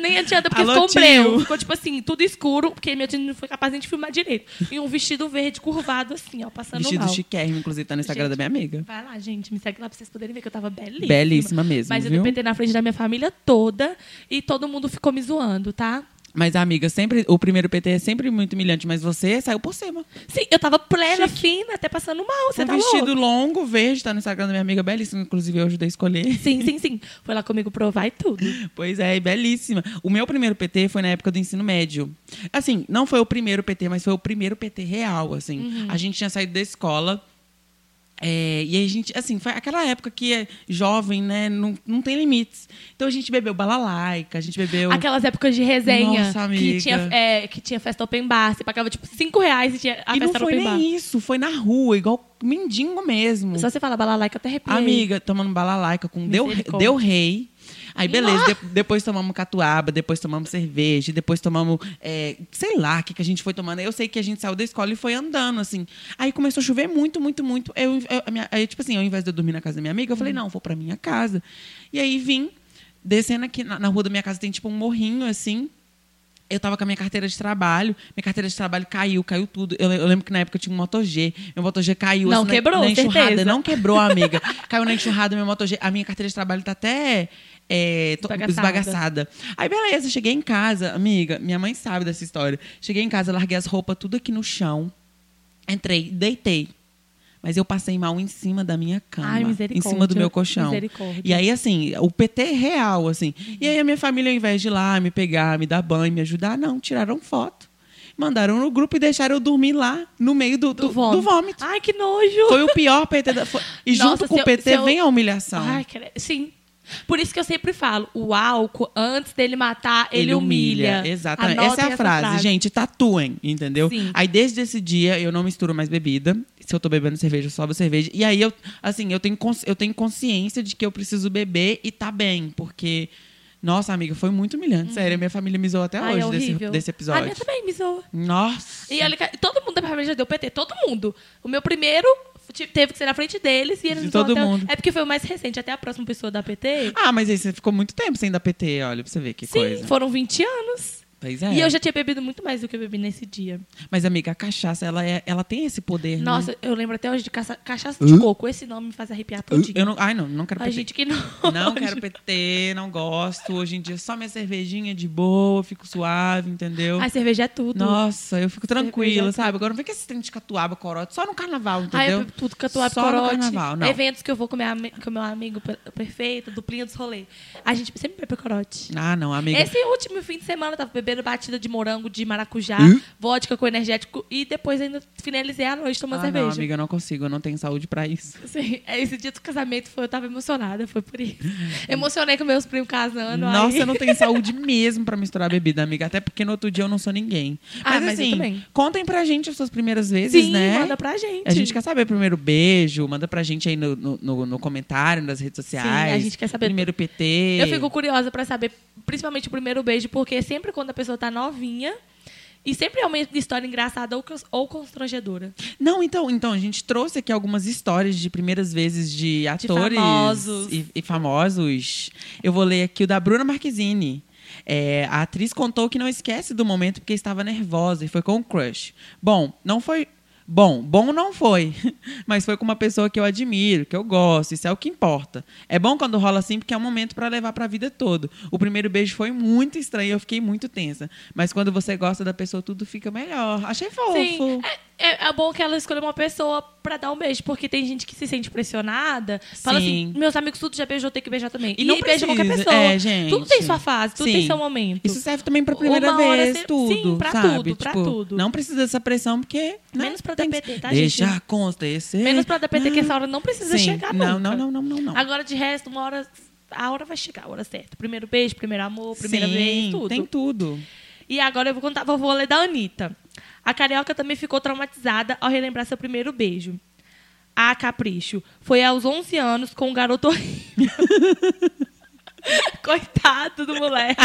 [SPEAKER 1] Nem adianta, porque
[SPEAKER 2] Alô,
[SPEAKER 1] ficou
[SPEAKER 2] tio.
[SPEAKER 1] breu. Ficou, tipo assim, tudo escuro, porque meu tio não foi capaz nem de filmar direito. E um vestido verde curvado, assim, ó, passando
[SPEAKER 2] Vestido
[SPEAKER 1] mal.
[SPEAKER 2] chiquérrimo, inclusive, tá no Instagram
[SPEAKER 1] Gente,
[SPEAKER 2] da minha amiga.
[SPEAKER 1] Vai lá, gente, me segue lá pra vocês poderem ver que eu tava belíssima.
[SPEAKER 2] Belíssima mesmo,
[SPEAKER 1] Mas eu
[SPEAKER 2] viu?
[SPEAKER 1] dependei na frente da minha família toda e todo mundo ficou me zoando, tá?
[SPEAKER 2] Mas, amiga, sempre o primeiro PT é sempre muito humilhante, mas você saiu por cima.
[SPEAKER 1] Sim, eu tava plena, fina, até passando mal. Você
[SPEAKER 2] um
[SPEAKER 1] tá
[SPEAKER 2] vestido
[SPEAKER 1] louco?
[SPEAKER 2] longo, verde, tá no Instagram da minha amiga belíssima. Inclusive, eu ajudei a escolher.
[SPEAKER 1] Sim, sim, sim. Foi lá comigo provar e tudo.
[SPEAKER 2] Pois é, e belíssima. O meu primeiro PT foi na época do ensino médio. Assim, não foi o primeiro PT, mas foi o primeiro PT real, assim.
[SPEAKER 1] Uhum.
[SPEAKER 2] A gente tinha saído da escola. é, e aí a gente, assim, foi aquela época que é jovem, né? Não, não tem limites. Então a gente bebeu balalaica, a gente bebeu.
[SPEAKER 1] Aquelas épocas de resenha
[SPEAKER 2] Nossa,
[SPEAKER 1] que,
[SPEAKER 2] amiga.
[SPEAKER 1] tinha, é, que tinha festa open bar. Você pagava, tipo, cinco reais e tinha a
[SPEAKER 2] e não
[SPEAKER 1] festa era
[SPEAKER 2] foi
[SPEAKER 1] open
[SPEAKER 2] nem
[SPEAKER 1] bar.
[SPEAKER 2] isso, foi na rua, igual mendigo mesmo.
[SPEAKER 1] Só você fala balalaica, eu até arrepiei.
[SPEAKER 2] Amiga, tomando balalaica com Deu,
[SPEAKER 1] Misericórdia.
[SPEAKER 2] Deu Rei. Aí, beleza, de- depois tomamos catuaba, depois tomamos cerveja, depois tomamos, é, sei lá, o que, que a gente foi tomando. Eu sei que a gente saiu da escola e foi andando, assim. Aí começou a chover muito, muito, muito. Eu, eu- a minha- aí, tipo assim, ao invés de eu dormir na casa da minha amiga, eu
[SPEAKER 1] Hum.
[SPEAKER 2] falei, não, vou pra minha casa. E aí vim, descendo aqui, na, na rua da minha casa tem tipo um morrinho, assim. Eu tava com a minha carteira de trabalho, minha carteira de trabalho caiu, caiu tudo. Eu, le- eu lembro que na época eu tinha um Moto G, meu Moto G caiu. assim,
[SPEAKER 1] Não
[SPEAKER 2] na-
[SPEAKER 1] quebrou,
[SPEAKER 2] na, enxurrada,
[SPEAKER 1] certeza.
[SPEAKER 2] não quebrou, amiga. caiu na enxurrada, meu Moto G. A minha carteira de trabalho tá até é, to-
[SPEAKER 1] Esbagaçada.
[SPEAKER 2] esbagaçada. Aí, beleza, cheguei em casa, amiga, minha mãe sabe dessa história. Cheguei em casa, larguei as roupas tudo aqui no chão, entrei, deitei. Mas eu passei mal em cima da minha cama,
[SPEAKER 1] Ai,
[SPEAKER 2] em
[SPEAKER 1] misericórdia,
[SPEAKER 2] cima do meu colchão.
[SPEAKER 1] misericórdia.
[SPEAKER 2] E aí, assim, o PT é real, assim. E aí a minha família, ao invés de ir lá me pegar, me dar banho, me ajudar, não, tiraram foto. Mandaram no grupo e deixaram eu dormir lá, no meio do, do,
[SPEAKER 1] Do
[SPEAKER 2] do
[SPEAKER 1] vômito.
[SPEAKER 2] vômito.
[SPEAKER 1] Ai, que nojo.
[SPEAKER 2] Foi o pior PT da... foi- E
[SPEAKER 1] Nossa,
[SPEAKER 2] junto com
[SPEAKER 1] se
[SPEAKER 2] o
[SPEAKER 1] eu-
[SPEAKER 2] PT
[SPEAKER 1] se eu-
[SPEAKER 2] vem a humilhação.
[SPEAKER 1] Ai, cre- sim. Por isso que eu sempre falo, o álcool, antes dele matar, ele, humilha.
[SPEAKER 2] Exatamente.
[SPEAKER 1] Anotem
[SPEAKER 2] essa é a frase, gente. Tatuem, entendeu?
[SPEAKER 1] Sim.
[SPEAKER 2] Aí desde esse dia eu não misturo mais bebida. Se eu tô bebendo cerveja, eu só bebo cerveja. E aí eu, assim, eu tenho, cons- eu tenho consciência de que eu preciso beber e tá bem, porque. Nossa, amiga, foi muito humilhante. Sério, minha família me zoou até
[SPEAKER 1] Uhum. Ai, é
[SPEAKER 2] né, hoje desse,
[SPEAKER 1] horrível.
[SPEAKER 2] desse
[SPEAKER 1] A
[SPEAKER 2] episódio.
[SPEAKER 1] minha também me zoa.
[SPEAKER 2] Nossa.
[SPEAKER 1] E olha, que- todo mundo da minha família já deu PT, todo mundo. O meu primeiro t- teve que ser na frente deles e eles
[SPEAKER 2] De
[SPEAKER 1] me zoam
[SPEAKER 2] todo
[SPEAKER 1] até-
[SPEAKER 2] mundo.
[SPEAKER 1] É porque foi o mais recente, até a próxima pessoa da PT.
[SPEAKER 2] Ah, mas aí você ficou muito tempo sem dar PT, olha, pra você ver que
[SPEAKER 1] sim,
[SPEAKER 2] coisa.
[SPEAKER 1] foram 20 anos.
[SPEAKER 2] Pois é.
[SPEAKER 1] E eu já tinha bebido muito mais do que eu bebi nesse dia.
[SPEAKER 2] Mas, amiga, a cachaça, ela, é- ela tem esse poder, né?
[SPEAKER 1] Nossa, eu lembro até hoje de caça- cachaça de coco. Esse nome me faz arrepiar todinho.
[SPEAKER 2] Hum? Eu não, ai, não, não quero
[SPEAKER 1] A
[SPEAKER 2] PT.
[SPEAKER 1] gente que não.
[SPEAKER 2] Não quero PT, não gosto. Hoje em dia só minha cervejinha de boa, fico suave, entendeu?
[SPEAKER 1] A cerveja é tudo.
[SPEAKER 2] Nossa, eu fico tranquila,
[SPEAKER 1] Cerveja.
[SPEAKER 2] sabe? Agora não vem com esse trem de catuaba, corote, só no carnaval,
[SPEAKER 1] Ah,
[SPEAKER 2] entendeu?
[SPEAKER 1] eu bebo tudo catuaba
[SPEAKER 2] só
[SPEAKER 1] corote.
[SPEAKER 2] no carnaval, não.
[SPEAKER 1] Eventos que eu vou com, minha, ami- com meu amigo per- perfeito, duplinha dos rolê. A gente sempre bebe corote.
[SPEAKER 2] Ah, não, amiga.
[SPEAKER 1] Esse último fim de semana eu tava bebendo batida de morango, de maracujá, vodka com energético e depois ainda finalizei a noite tomando
[SPEAKER 2] ah,
[SPEAKER 1] é cerveja.
[SPEAKER 2] não, amiga, eu não consigo, eu não tenho saúde pra isso.
[SPEAKER 1] Assim, é, esse dia do casamento foi, eu tava emocionada, foi por isso. Emocionei com meus primos casando.
[SPEAKER 2] Nossa,
[SPEAKER 1] aí.
[SPEAKER 2] eu não tenho saúde mesmo pra misturar bebida, amiga. Até porque no outro dia eu não sou ninguém.
[SPEAKER 1] Ah, mas eu
[SPEAKER 2] assim,
[SPEAKER 1] também.
[SPEAKER 2] contem pra gente as suas primeiras vezes,
[SPEAKER 1] Sim,
[SPEAKER 2] né?
[SPEAKER 1] manda pra gente.
[SPEAKER 2] A gente quer saber primeiro beijo, manda pra gente aí no, no, no- no comentário, nas redes sociais.
[SPEAKER 1] gente quer saber
[SPEAKER 2] Primeiro PT.
[SPEAKER 1] Eu fico curiosa pra saber, principalmente o primeiro beijo, porque sempre quando a pessoa tá novinha, e sempre é uma história engraçada ou, cons- ou constrangedora.
[SPEAKER 2] Não, então, então, a gente trouxe aqui algumas histórias de primeiras vezes de atores
[SPEAKER 1] famosos.
[SPEAKER 2] E, e famosos. Eu vou ler aqui o da Bruna Marquezine. É, a atriz contou que não esquece do momento porque estava nervosa e foi com um crush. Bom, não foi. Bom, bom não foi, mas foi com uma pessoa que eu admiro, que eu gosto, isso é o que importa. É bom quando rola assim porque é um momento pra levar pra vida toda. O primeiro beijo foi muito estranho, eu fiquei muito tensa, mas quando você gosta da pessoa tudo fica melhor. Achei fofo.
[SPEAKER 1] Sim, é, é- é bom que ela escolha uma pessoa pra dar um beijo, porque tem gente que se sente pressionada, fala
[SPEAKER 2] Sim.
[SPEAKER 1] assim, meus amigos tudo já beijou, tem que beijar também.
[SPEAKER 2] E não
[SPEAKER 1] beija qualquer
[SPEAKER 2] precisa,
[SPEAKER 1] pessoa.
[SPEAKER 2] é, gente.
[SPEAKER 1] Tudo tem sua fase, tudo tem
[SPEAKER 2] Sim.
[SPEAKER 1] seu momento.
[SPEAKER 2] Isso serve também pra primeira
[SPEAKER 1] Uma hora
[SPEAKER 2] vez,
[SPEAKER 1] você-
[SPEAKER 2] tudo.
[SPEAKER 1] sim, pra
[SPEAKER 2] sabe?
[SPEAKER 1] tudo, pra
[SPEAKER 2] Tipo,
[SPEAKER 1] tudo.
[SPEAKER 2] Não precisa dessa pressão, porque. né,
[SPEAKER 1] Menos pra
[SPEAKER 2] tem que-
[SPEAKER 1] DPT, tá,
[SPEAKER 2] Deixa
[SPEAKER 1] gente?
[SPEAKER 2] acontecer.
[SPEAKER 1] Menos pra DPT, que essa hora não precisa
[SPEAKER 2] é né? Sim.
[SPEAKER 1] chegar
[SPEAKER 2] não,
[SPEAKER 1] nunca.
[SPEAKER 2] não, não, não, não, não.
[SPEAKER 1] Agora, de resto, uma hora... A hora vai chegar, a hora certa. Primeiro beijo, primeiro amor, primeira
[SPEAKER 2] Sim,
[SPEAKER 1] vez, tudo.
[SPEAKER 2] Tem tudo.
[SPEAKER 1] E agora eu vou contar, vou vou ler da Anitta. A carioca também ficou traumatizada ao relembrar seu primeiro beijo. Ah, capricho. Foi aos 11 anos com um garoto horrível. Coitado do moleque.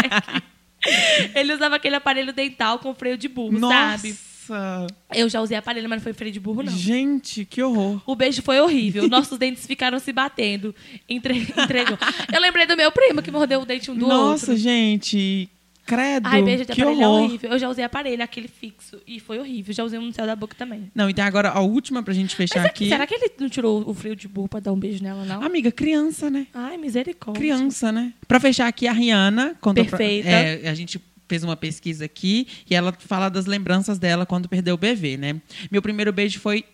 [SPEAKER 1] Ele usava aquele aparelho dental com freio de burro,
[SPEAKER 2] Nossa.
[SPEAKER 1] sabe?
[SPEAKER 2] Nossa!
[SPEAKER 1] Eu já usei aparelho, mas não foi freio de burro, não.
[SPEAKER 2] Gente, que horror.
[SPEAKER 1] O beijo foi horrível. Nossos dentes ficaram se batendo. Entre- Entregou. Eu lembrei do meu primo que mordeu o dente um do
[SPEAKER 2] Nossa,
[SPEAKER 1] outro.
[SPEAKER 2] gente. Credo.
[SPEAKER 1] Ai, beijo de
[SPEAKER 2] que
[SPEAKER 1] aparelho é
[SPEAKER 2] horror.
[SPEAKER 1] horrível. Eu já usei aparelho, aquele fixo. E foi horrível. Já usei um no céu da boca também.
[SPEAKER 2] Não, e tem agora a última pra gente fechar
[SPEAKER 1] Mas é que-
[SPEAKER 2] aqui.
[SPEAKER 1] será que ele não tirou o freio de burro pra dar um beijo nela, não?
[SPEAKER 2] Amiga, criança, né?
[SPEAKER 1] Ai, misericórdia.
[SPEAKER 2] Criança, né? Pra fechar aqui, a Rihanna contou pra-
[SPEAKER 1] Perfeita.
[SPEAKER 2] é, a gente fez uma pesquisa aqui e ela fala das lembranças dela quando perdeu o bebê, né? Meu primeiro beijo foi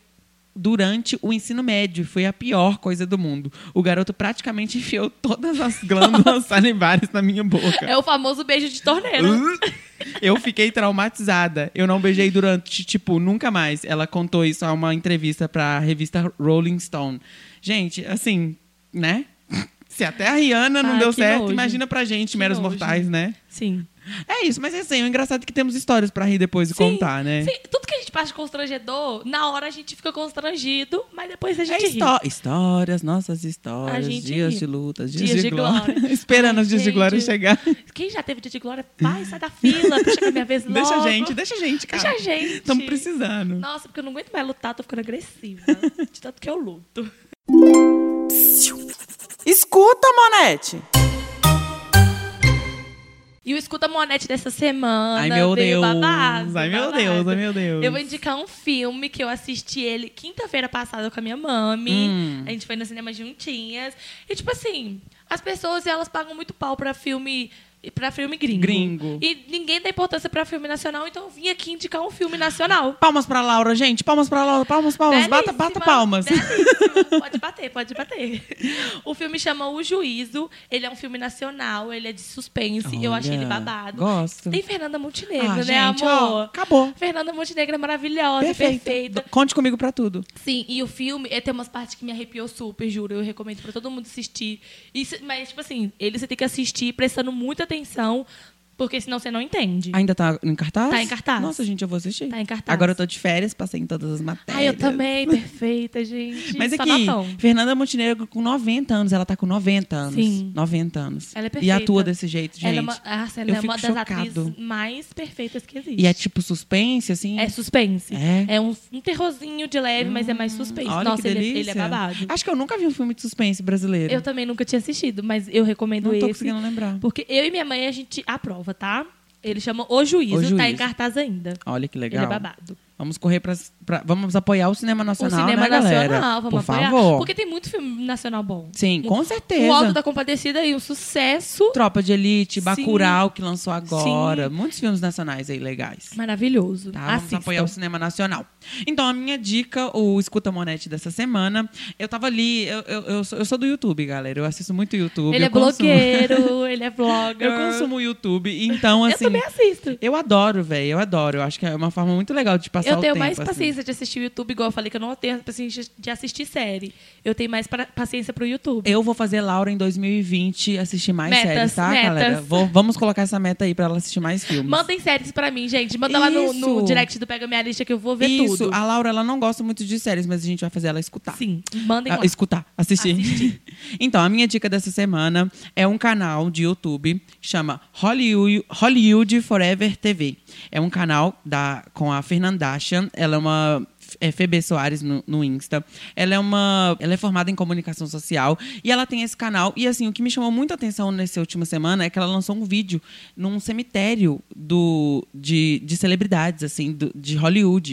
[SPEAKER 2] durante o ensino médio, foi a pior coisa do mundo. O garoto praticamente enfiou todas as glândulas salivares na minha boca.
[SPEAKER 1] É o famoso beijo de torneira.
[SPEAKER 2] Uh. Eu fiquei traumatizada. Eu não beijei durante, tipo, nunca mais. Ela contou isso a uma entrevista pra revista Rolling Stone. Gente, assim, né? Se até a Rihanna não
[SPEAKER 1] Ai,
[SPEAKER 2] deu
[SPEAKER 1] Ah, que
[SPEAKER 2] certo,
[SPEAKER 1] nojo.
[SPEAKER 2] imagina pra gente,
[SPEAKER 1] Que
[SPEAKER 2] meros
[SPEAKER 1] nojo.
[SPEAKER 2] mortais, né?
[SPEAKER 1] Sim.
[SPEAKER 2] É isso, mas assim, o engraçado é que temos histórias pra rir depois e
[SPEAKER 1] Sim,
[SPEAKER 2] contar, né?
[SPEAKER 1] Sim, Tudo que a gente passa de constrangedor, na hora a gente fica constrangido, mas depois a
[SPEAKER 2] É
[SPEAKER 1] gente ri.
[SPEAKER 2] histó- histórias, nossas histórias,
[SPEAKER 1] A gente
[SPEAKER 2] dias
[SPEAKER 1] ri.
[SPEAKER 2] de lutas, dias,
[SPEAKER 1] Dias de
[SPEAKER 2] de, glória.
[SPEAKER 1] glória.
[SPEAKER 2] Esperando
[SPEAKER 1] Ai,
[SPEAKER 2] os dias de
[SPEAKER 1] gente.
[SPEAKER 2] glória chegar.
[SPEAKER 1] Quem já teve dia de glória, vai, sai da fila, deixa que é a minha vez logo.
[SPEAKER 2] Deixa a gente, deixa a gente, cara.
[SPEAKER 1] Deixa a gente.
[SPEAKER 2] Estamos precisando.
[SPEAKER 1] Nossa, porque eu não aguento mais lutar, tô ficando agressiva. De tanto que eu luto.
[SPEAKER 2] Escuta, Monete!
[SPEAKER 1] E o Escuta Monete dessa semana.
[SPEAKER 2] Ai, meu
[SPEAKER 1] veio
[SPEAKER 2] Deus.
[SPEAKER 1] babado,
[SPEAKER 2] Ai, meu
[SPEAKER 1] babado.
[SPEAKER 2] Deus, ai, meu Deus.
[SPEAKER 1] Eu vou indicar um filme que eu assisti ele quinta-feira passada com a minha mami.
[SPEAKER 2] Hum.
[SPEAKER 1] A gente foi no cinema juntinhas. E, tipo assim, as pessoas, elas pagam muito pau pra filme... Pra filme gringo.
[SPEAKER 2] Gringo.
[SPEAKER 1] E ninguém dá importância pra filme nacional, então eu vim aqui indicar um filme nacional.
[SPEAKER 2] Palmas pra Laura, gente. Palmas pra Laura. Palmas, palmas. Bata, bata
[SPEAKER 1] Belíssima,
[SPEAKER 2] palmas.
[SPEAKER 1] belíssima. Pode bater, pode bater. O filme chama O Juízo. Ele é um filme nacional, ele é de suspense. eu
[SPEAKER 2] Olha,
[SPEAKER 1] achei ele babado.
[SPEAKER 2] Gosto.
[SPEAKER 1] Tem Fernanda Montenegro,
[SPEAKER 2] Ah,
[SPEAKER 1] né,
[SPEAKER 2] gente, ó,
[SPEAKER 1] amor?
[SPEAKER 2] acabou.
[SPEAKER 1] Fernanda Montenegro é maravilhosa,
[SPEAKER 2] Perfeito.
[SPEAKER 1] perfeita.
[SPEAKER 2] Conte comigo pra tudo.
[SPEAKER 1] Sim, e o filme é, tem umas partes que me arrepiou super, juro. Eu recomendo pra todo mundo assistir. E se- mas, tipo assim, ele você tem que assistir prestando muita atenção, porque senão você não entende.
[SPEAKER 2] Ainda tá em cartaz?
[SPEAKER 1] Tá em cartaz.
[SPEAKER 2] Nossa, gente, eu vou assistir.
[SPEAKER 1] Tá em cartaz.
[SPEAKER 2] Agora eu tô de férias, passei em todas as matérias.
[SPEAKER 1] Ai, eu também, Tá perfeita, gente.
[SPEAKER 2] Mas é
[SPEAKER 1] Só
[SPEAKER 2] aqui,
[SPEAKER 1] Natão.
[SPEAKER 2] Fernanda Montenegro com 90 anos. Ela tá com 90 anos.
[SPEAKER 1] Sim.
[SPEAKER 2] 90 anos.
[SPEAKER 1] Ela é
[SPEAKER 2] E
[SPEAKER 1] perfeita.
[SPEAKER 2] atua desse jeito, gente.
[SPEAKER 1] Ela é uma, nossa, ela
[SPEAKER 2] eu
[SPEAKER 1] é uma
[SPEAKER 2] fico
[SPEAKER 1] das
[SPEAKER 2] chocado.
[SPEAKER 1] atrizes mais perfeitas que existe.
[SPEAKER 2] E é tipo suspense, assim?
[SPEAKER 1] É suspense.
[SPEAKER 2] É? Hum,
[SPEAKER 1] um, um terrorzinho de leve, mas é mais suspense.
[SPEAKER 2] Olha
[SPEAKER 1] Nossa,
[SPEAKER 2] que
[SPEAKER 1] ele, é- ele
[SPEAKER 2] delícia.
[SPEAKER 1] é babado.
[SPEAKER 2] Acho que eu nunca vi um filme de suspense brasileiro.
[SPEAKER 1] Eu também nunca tinha assistido, mas eu recomendo
[SPEAKER 2] Não tô
[SPEAKER 1] esse.
[SPEAKER 2] conseguindo lembrar.
[SPEAKER 1] Porque eu e minha mãe, a gente aprova, tá? Ele chama O Juízo,
[SPEAKER 2] O Juízo.
[SPEAKER 1] tá em cartaz ainda.
[SPEAKER 2] Olha que legal.
[SPEAKER 1] Ele é babado.
[SPEAKER 2] Vamos correr pra, pra- Vamos apoiar o cinema
[SPEAKER 1] O
[SPEAKER 2] nacional,
[SPEAKER 1] cinema
[SPEAKER 2] né,
[SPEAKER 1] nacional,
[SPEAKER 2] galera?
[SPEAKER 1] vamos
[SPEAKER 2] Por
[SPEAKER 1] apoiar.
[SPEAKER 2] favor.
[SPEAKER 1] Porque tem muito filme nacional bom.
[SPEAKER 2] Sim, com certeza.
[SPEAKER 1] O Alto da Compadecida aí, um sucesso
[SPEAKER 2] Tropa de Elite,
[SPEAKER 1] Sim.
[SPEAKER 2] Bacurau, que lançou agora. Muitos filmes nacionais aí legais.
[SPEAKER 1] maravilhoso.
[SPEAKER 2] Tá? Vamos
[SPEAKER 1] Assistam.
[SPEAKER 2] apoiar o cinema nacional. Então, a minha dica, o Escuta Monete dessa semana. Eu tava ali... Eu, eu, eu sou, eu sou do YouTube, galera. Eu assisto muito YouTube.
[SPEAKER 1] Ele
[SPEAKER 2] eu
[SPEAKER 1] é
[SPEAKER 2] consumo-
[SPEAKER 1] blogueiro, ele é blogger.
[SPEAKER 2] Eu consumo YouTube. Então, assim...
[SPEAKER 1] Eu também assisto.
[SPEAKER 2] eu adoro, velho. Eu adoro. Eu acho que é uma forma muito legal de passar
[SPEAKER 1] Eu
[SPEAKER 2] o
[SPEAKER 1] tenho
[SPEAKER 2] tempo.
[SPEAKER 1] mais
[SPEAKER 2] assim.
[SPEAKER 1] paciência de assistir o YouTube, igual eu falei que eu não tenho paciência de assistir série. Eu tenho mais pra- paciência pro YouTube.
[SPEAKER 2] Eu vou fazer Laura em 2020 assistir mais
[SPEAKER 1] Metas,
[SPEAKER 2] séries, tá,
[SPEAKER 1] metas.
[SPEAKER 2] galera? Vou- vamos colocar essa meta aí pra ela assistir mais filmes.
[SPEAKER 1] Mandem séries pra mim, gente. Manda lá no, no
[SPEAKER 2] Isso.
[SPEAKER 1] direct do Pega Minha Lista que eu vou ver
[SPEAKER 2] Isso,
[SPEAKER 1] tudo.
[SPEAKER 2] a Laura ela não gosta muito de séries, mas a gente vai fazer ela escutar.
[SPEAKER 1] Sim, mandem
[SPEAKER 2] Ah,
[SPEAKER 1] lá.
[SPEAKER 2] escutar, assistir. então, a minha dica dessa semana é um canal de YouTube que chama Hollywood, Hollywood Forever TV. É um canal da, com a Fernandasha. Ela é uma. É FB Soares no, no Insta. Ela é uma. Ela é formada em comunicação social e ela tem esse canal. E assim, o que me chamou muita atenção nessa última semana é que ela lançou um vídeo num cemitério do, de, de celebridades, assim, do- de Hollywood.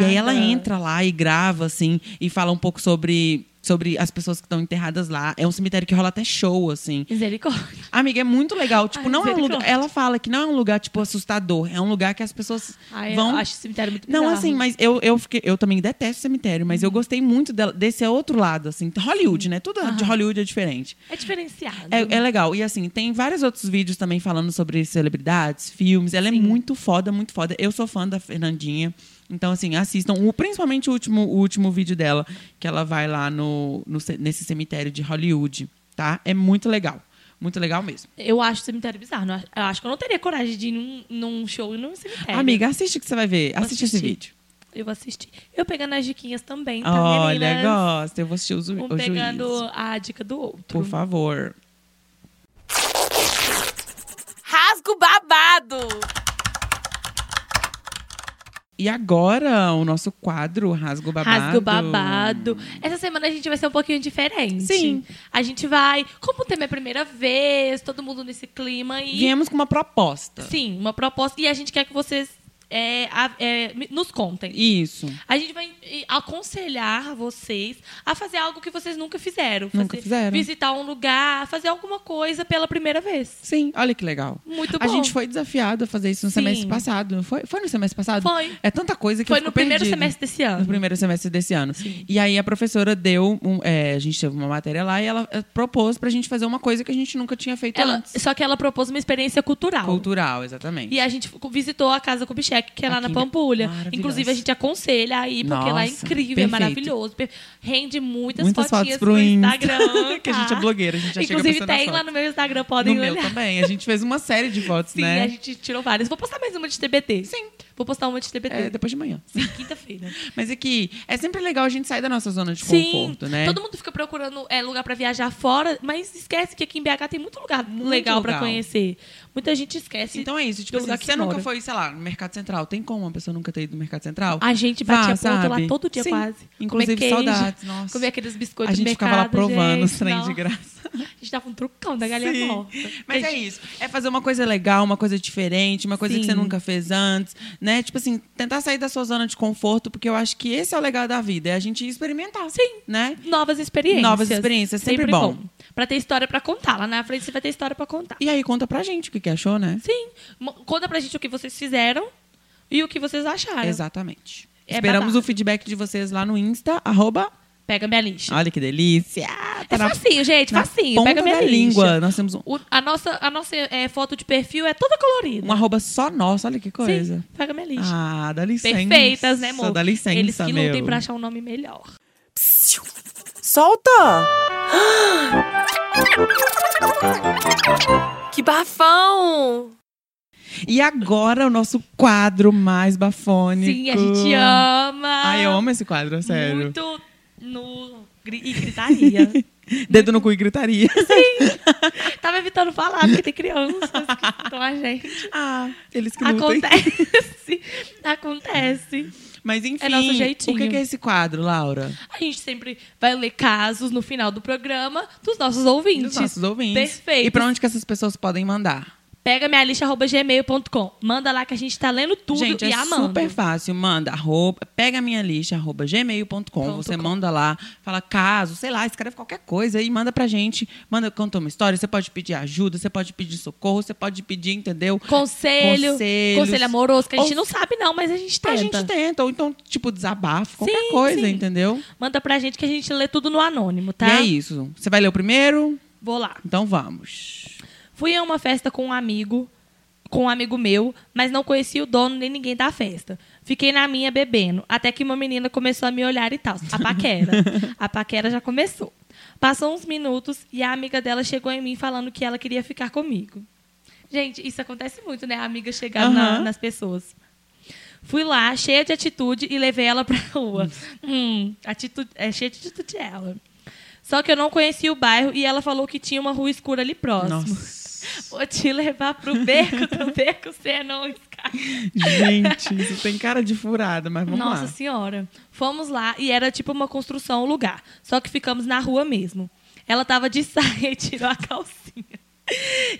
[SPEAKER 2] E aí ela
[SPEAKER 1] Chocada.
[SPEAKER 2] entra entra lá e grava, assim, e fala um pouco sobre, sobre as pessoas que estão enterradas lá. É um cemitério que rola até show, assim.
[SPEAKER 1] Misericórdia.
[SPEAKER 2] Amiga, é muito legal. Tipo,
[SPEAKER 1] Ai,
[SPEAKER 2] não é um lugar.
[SPEAKER 1] misericórdia.
[SPEAKER 2] Ela fala que não é um lugar, tipo, assustador. É um lugar que as pessoas
[SPEAKER 1] Ai,
[SPEAKER 2] vão.
[SPEAKER 1] Eu acho o cemitério muito
[SPEAKER 2] Não,
[SPEAKER 1] bizarro. Uhum.
[SPEAKER 2] assim, mas eu, eu, fiquei, eu também detesto cemitério, mas eu gostei muito dela- desse outro lado, assim. Hollywood, né? Tudo de Hollywood é diferente.
[SPEAKER 1] É diferenciado.
[SPEAKER 2] É, é legal. E assim, tem vários outros vídeos também falando sobre celebridades, filmes. Ela é muito foda, muito foda. Eu sou fã da Fernandinha. Então, assim, assistam. O- principalmente o último, o último vídeo dela, que ela vai lá no, no ce- nesse cemitério de Hollywood, tá? É muito legal. Muito legal mesmo.
[SPEAKER 1] Eu acho o cemitério bizarro. Não acho- Eu acho que eu não teria coragem de ir num, num show e num cemitério.
[SPEAKER 2] Amiga, assiste que você vai
[SPEAKER 1] É.
[SPEAKER 2] ver.
[SPEAKER 1] Vou
[SPEAKER 2] Assiste esse
[SPEAKER 1] assistir.
[SPEAKER 2] vídeo.
[SPEAKER 1] Eu vou assistir. Eu pegando as diquinhas também, tá,
[SPEAKER 2] Olha,
[SPEAKER 1] meninas?
[SPEAKER 2] gosta. Eu vou assistir o, ju
[SPEAKER 1] Um
[SPEAKER 2] o
[SPEAKER 1] pegando
[SPEAKER 2] juiz.
[SPEAKER 1] a dica do outro.
[SPEAKER 2] Por favor.
[SPEAKER 1] Rasgo babado!
[SPEAKER 2] E agora o nosso quadro Rasgo Babado.
[SPEAKER 1] Rasgo babado. Essa semana a gente vai ser um pouquinho diferente.
[SPEAKER 2] Sim.
[SPEAKER 1] A gente vai. Como o tema é a primeira vez, todo mundo nesse clima e.
[SPEAKER 2] Viemos com uma proposta.
[SPEAKER 1] Sim, uma proposta. E a gente quer que vocês é, a- é, me- nos contem.
[SPEAKER 2] Isso.
[SPEAKER 1] A gente vai eh, aconselhar vocês a fazer algo que vocês nunca fizeram.
[SPEAKER 2] Nunca
[SPEAKER 1] Fazer-
[SPEAKER 2] fizeram.
[SPEAKER 1] Visitar um lugar, fazer alguma coisa pela primeira vez.
[SPEAKER 2] Sim, olha que legal.
[SPEAKER 1] Muito bom.
[SPEAKER 2] A gente foi desafiado a fazer isso no
[SPEAKER 1] Sim.
[SPEAKER 2] semestre passado. não Foi, foi no semestre passado?
[SPEAKER 1] Foi.
[SPEAKER 2] É tanta coisa que
[SPEAKER 1] Foi
[SPEAKER 2] eu fico
[SPEAKER 1] no primeiro
[SPEAKER 2] perdida.
[SPEAKER 1] semestre desse
[SPEAKER 2] no
[SPEAKER 1] ano.
[SPEAKER 2] primeiro semestre desse ano. E aí a professora deu. um- é, a gente teve uma matéria lá e ela eh, propôs pra gente fazer uma coisa que a gente nunca tinha feito
[SPEAKER 1] Ela-
[SPEAKER 2] antes.
[SPEAKER 1] só que ela propôs uma experiência cultural.
[SPEAKER 2] Cultural, exatamente.
[SPEAKER 1] E a gente fu- visitou a casa Kubitschek, que é lá
[SPEAKER 2] Aqui,
[SPEAKER 1] na
[SPEAKER 2] né?
[SPEAKER 1] Pampulha.
[SPEAKER 2] Maravilhosa.
[SPEAKER 1] Inclusive, a gente aconselha aí, porque lá é
[SPEAKER 2] Nossa,
[SPEAKER 1] incrível, é
[SPEAKER 2] perfeito.
[SPEAKER 1] maravilhoso. per- Rende muitas,
[SPEAKER 2] Muitas
[SPEAKER 1] fotinhas
[SPEAKER 2] fotos pro
[SPEAKER 1] no
[SPEAKER 2] Insta,
[SPEAKER 1] Instagram.
[SPEAKER 2] que a gente é
[SPEAKER 1] tá?
[SPEAKER 2] blogueira, a gente já chega
[SPEAKER 1] Inclusive,
[SPEAKER 2] postando as
[SPEAKER 1] tem lá
[SPEAKER 2] fotos.
[SPEAKER 1] no meu Instagram,
[SPEAKER 2] no
[SPEAKER 1] podem
[SPEAKER 2] meu
[SPEAKER 1] olhar.
[SPEAKER 2] também. A gente fez uma série de fotos,
[SPEAKER 1] Sim,
[SPEAKER 2] né?
[SPEAKER 1] a gente tirou várias. Vou postar mais uma de TBT.
[SPEAKER 2] Sim.
[SPEAKER 1] Vou postar uma de TBT.
[SPEAKER 2] É, depois de manhã.
[SPEAKER 1] Sim, quinta-feira.
[SPEAKER 2] Mas é que é sempre legal a gente sair da nossa zona de
[SPEAKER 1] Sim,
[SPEAKER 2] conforto, né?
[SPEAKER 1] todo mundo fica procurando é, lugar pra viajar fora, mas esquece que aqui em BH tem muito lugar
[SPEAKER 2] Muito
[SPEAKER 1] legal pra
[SPEAKER 2] lugar.
[SPEAKER 1] conhecer. Muita gente esquece.
[SPEAKER 2] Então é isso. Tipo,
[SPEAKER 1] do
[SPEAKER 2] assim,
[SPEAKER 1] lugar
[SPEAKER 2] se
[SPEAKER 1] que
[SPEAKER 2] você nunca
[SPEAKER 1] mora.
[SPEAKER 2] foi, sei lá, no Mercado Central, tem como uma pessoa nunca ter ido no Mercado Central?
[SPEAKER 1] A gente
[SPEAKER 2] Vá,
[SPEAKER 1] batia ponto lá
[SPEAKER 2] sabe?
[SPEAKER 1] todo dia
[SPEAKER 2] Sim.
[SPEAKER 1] quase.
[SPEAKER 2] Inclusive,
[SPEAKER 1] Comer queijo,
[SPEAKER 2] saudades, nossa.
[SPEAKER 1] Comer aqueles biscoitos
[SPEAKER 2] a gente
[SPEAKER 1] do mercado,
[SPEAKER 2] ficava lá provando
[SPEAKER 1] gente,
[SPEAKER 2] os trem
[SPEAKER 1] nossa.
[SPEAKER 2] de graça.
[SPEAKER 1] A gente dava um trucão da galinha
[SPEAKER 2] Sim.
[SPEAKER 1] morta.
[SPEAKER 2] Mas é
[SPEAKER 1] Gente,
[SPEAKER 2] isso. É fazer uma coisa legal, uma coisa diferente, uma coisa
[SPEAKER 1] Sim.
[SPEAKER 2] que você nunca fez antes, né? Tipo assim, tentar sair da sua zona de conforto, porque eu acho que esse é o legal da vida, é a gente experimentar.
[SPEAKER 1] Sim.
[SPEAKER 2] Né?
[SPEAKER 1] Novas experiências.
[SPEAKER 2] Novas experiências, sempre bom.
[SPEAKER 1] Pra ter história pra contar. Lá na frente você vai ter história pra contar.
[SPEAKER 2] E aí conta pra gente o que, que achou, né?
[SPEAKER 1] Sim. Mo- Conta pra gente o que vocês fizeram e o que vocês acharam.
[SPEAKER 2] Exatamente.
[SPEAKER 1] É
[SPEAKER 2] Esperamos
[SPEAKER 1] babado.
[SPEAKER 2] o feedback de vocês lá no Insta, arroba.
[SPEAKER 1] Pega minha lixa.
[SPEAKER 2] Olha que delícia!
[SPEAKER 1] é
[SPEAKER 2] Tá na
[SPEAKER 1] facinho, gente.
[SPEAKER 2] na
[SPEAKER 1] Facinho.
[SPEAKER 2] ponta
[SPEAKER 1] Pega minha
[SPEAKER 2] da
[SPEAKER 1] lixa.
[SPEAKER 2] língua. Nós temos um,
[SPEAKER 1] O- a nossa, a nossa é, foto de perfil é toda colorida.
[SPEAKER 2] um arroba só nosso, olha que coisa.
[SPEAKER 1] Sim, pega minha lixa.
[SPEAKER 2] Ah, dá licença.
[SPEAKER 1] Perfeitas, né, amor?
[SPEAKER 2] Dá licença,
[SPEAKER 1] Eles que
[SPEAKER 2] meu.
[SPEAKER 1] lutem pra achar um nome melhor.
[SPEAKER 3] Solta! Que bafão!
[SPEAKER 2] E agora o nosso quadro mais bafônico.
[SPEAKER 1] Sim, a gente ama.
[SPEAKER 2] Ai, eu amo esse quadro, sério.
[SPEAKER 1] Muito no... gri- E gritaria.
[SPEAKER 2] Dedo no cu e gritaria.
[SPEAKER 1] Tava evitando falar, porque tem crianças que estão a gente.
[SPEAKER 2] ah, eles que lutem.
[SPEAKER 1] Acontece. Acontece.
[SPEAKER 2] Mas enfim,
[SPEAKER 1] É nosso jeitinho.
[SPEAKER 2] o que que é esse quadro, Laura?
[SPEAKER 1] A gente sempre vai ler casos no final do programa dos nossos ouvintes.
[SPEAKER 2] Dos nossos ouvintes.
[SPEAKER 1] Perfeito.
[SPEAKER 2] E pra onde que essas pessoas podem mandar?
[SPEAKER 1] Pega minha lista arroba gmail.com. Manda lá que a gente tá lendo tudo
[SPEAKER 2] Gente,
[SPEAKER 1] e
[SPEAKER 2] é
[SPEAKER 1] amando.
[SPEAKER 2] super fácil. Manda arroba, pega a minha lista, arroba gmail.com.
[SPEAKER 1] Ponto
[SPEAKER 2] Você
[SPEAKER 1] com.
[SPEAKER 2] manda lá, fala caso, sei lá, escreve qualquer coisa e manda pra gente. Manda, conta uma história. Você pode pedir ajuda, você pode pedir socorro, você pode pedir, entendeu?
[SPEAKER 1] Conselho.
[SPEAKER 2] Conselhos.
[SPEAKER 1] Conselho amoroso, que a gente
[SPEAKER 2] Ou-
[SPEAKER 1] não sabe não, mas a gente tenta.
[SPEAKER 2] A gente tenta, ou então, tipo, desabafo, qualquer
[SPEAKER 1] Sim,
[SPEAKER 2] coisa,
[SPEAKER 1] sim.
[SPEAKER 2] entendeu?
[SPEAKER 1] Manda pra gente que a gente lê tudo no anônimo, tá?
[SPEAKER 2] E é isso. Você vai ler o primeiro?
[SPEAKER 1] Vou lá.
[SPEAKER 2] Então vamos.
[SPEAKER 1] Fui a uma festa com um amigo, com um amigo meu, mas não conhecia o dono nem ninguém da festa. Fiquei na minha bebendo, até que uma menina começou a me olhar e tal. A paquera. A paquera já começou. Passou uns minutos e a amiga dela chegou em mim falando que ela queria ficar comigo. Gente, isso acontece muito, né? A amiga chegar na-
[SPEAKER 2] Aham.
[SPEAKER 1] nas pessoas. Fui lá, cheia de atitude, e levei ela pra rua. Hum, atitude, é cheia de atitude ela. Só que eu não conhecia o bairro e ela falou que tinha uma rua escura ali próximo.
[SPEAKER 2] Nossa.
[SPEAKER 1] Vou te levar pro beco do beco, você não escapa.
[SPEAKER 2] Gente, isso tem cara de furada, mas vamos
[SPEAKER 1] Nossa
[SPEAKER 2] lá.
[SPEAKER 1] senhora. Fomos lá e era tipo uma construção, um lugar. Só que ficamos na rua mesmo. Ela tava de saia e tirou a calcinha.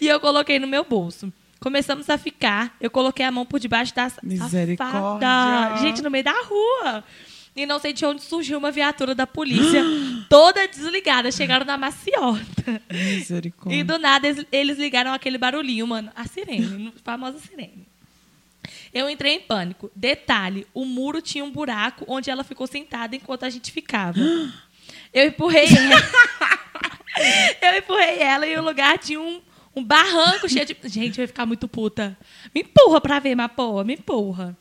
[SPEAKER 1] E eu coloquei no meu bolso. Começamos a ficar, eu coloquei a mão por debaixo da sa-
[SPEAKER 2] Misericórdia.
[SPEAKER 1] safada. Gente, no meio da rua. E não sei de onde surgiu uma viatura da polícia, toda desligada. Chegaram na maciota. E
[SPEAKER 2] Misericórdia.
[SPEAKER 1] do nada eles- eles ligaram aquele barulhinho, mano. A sirene, a famosa sirene. Eu entrei em pânico. Detalhe: o muro tinha um buraco onde ela ficou sentada enquanto a gente ficava. Eu empurrei ela. eu empurrei ela e o lugar tinha um, um barranco cheio de. Gente, eu ia ficar muito puta. Me empurra pra ver, Mapoa, me empurra.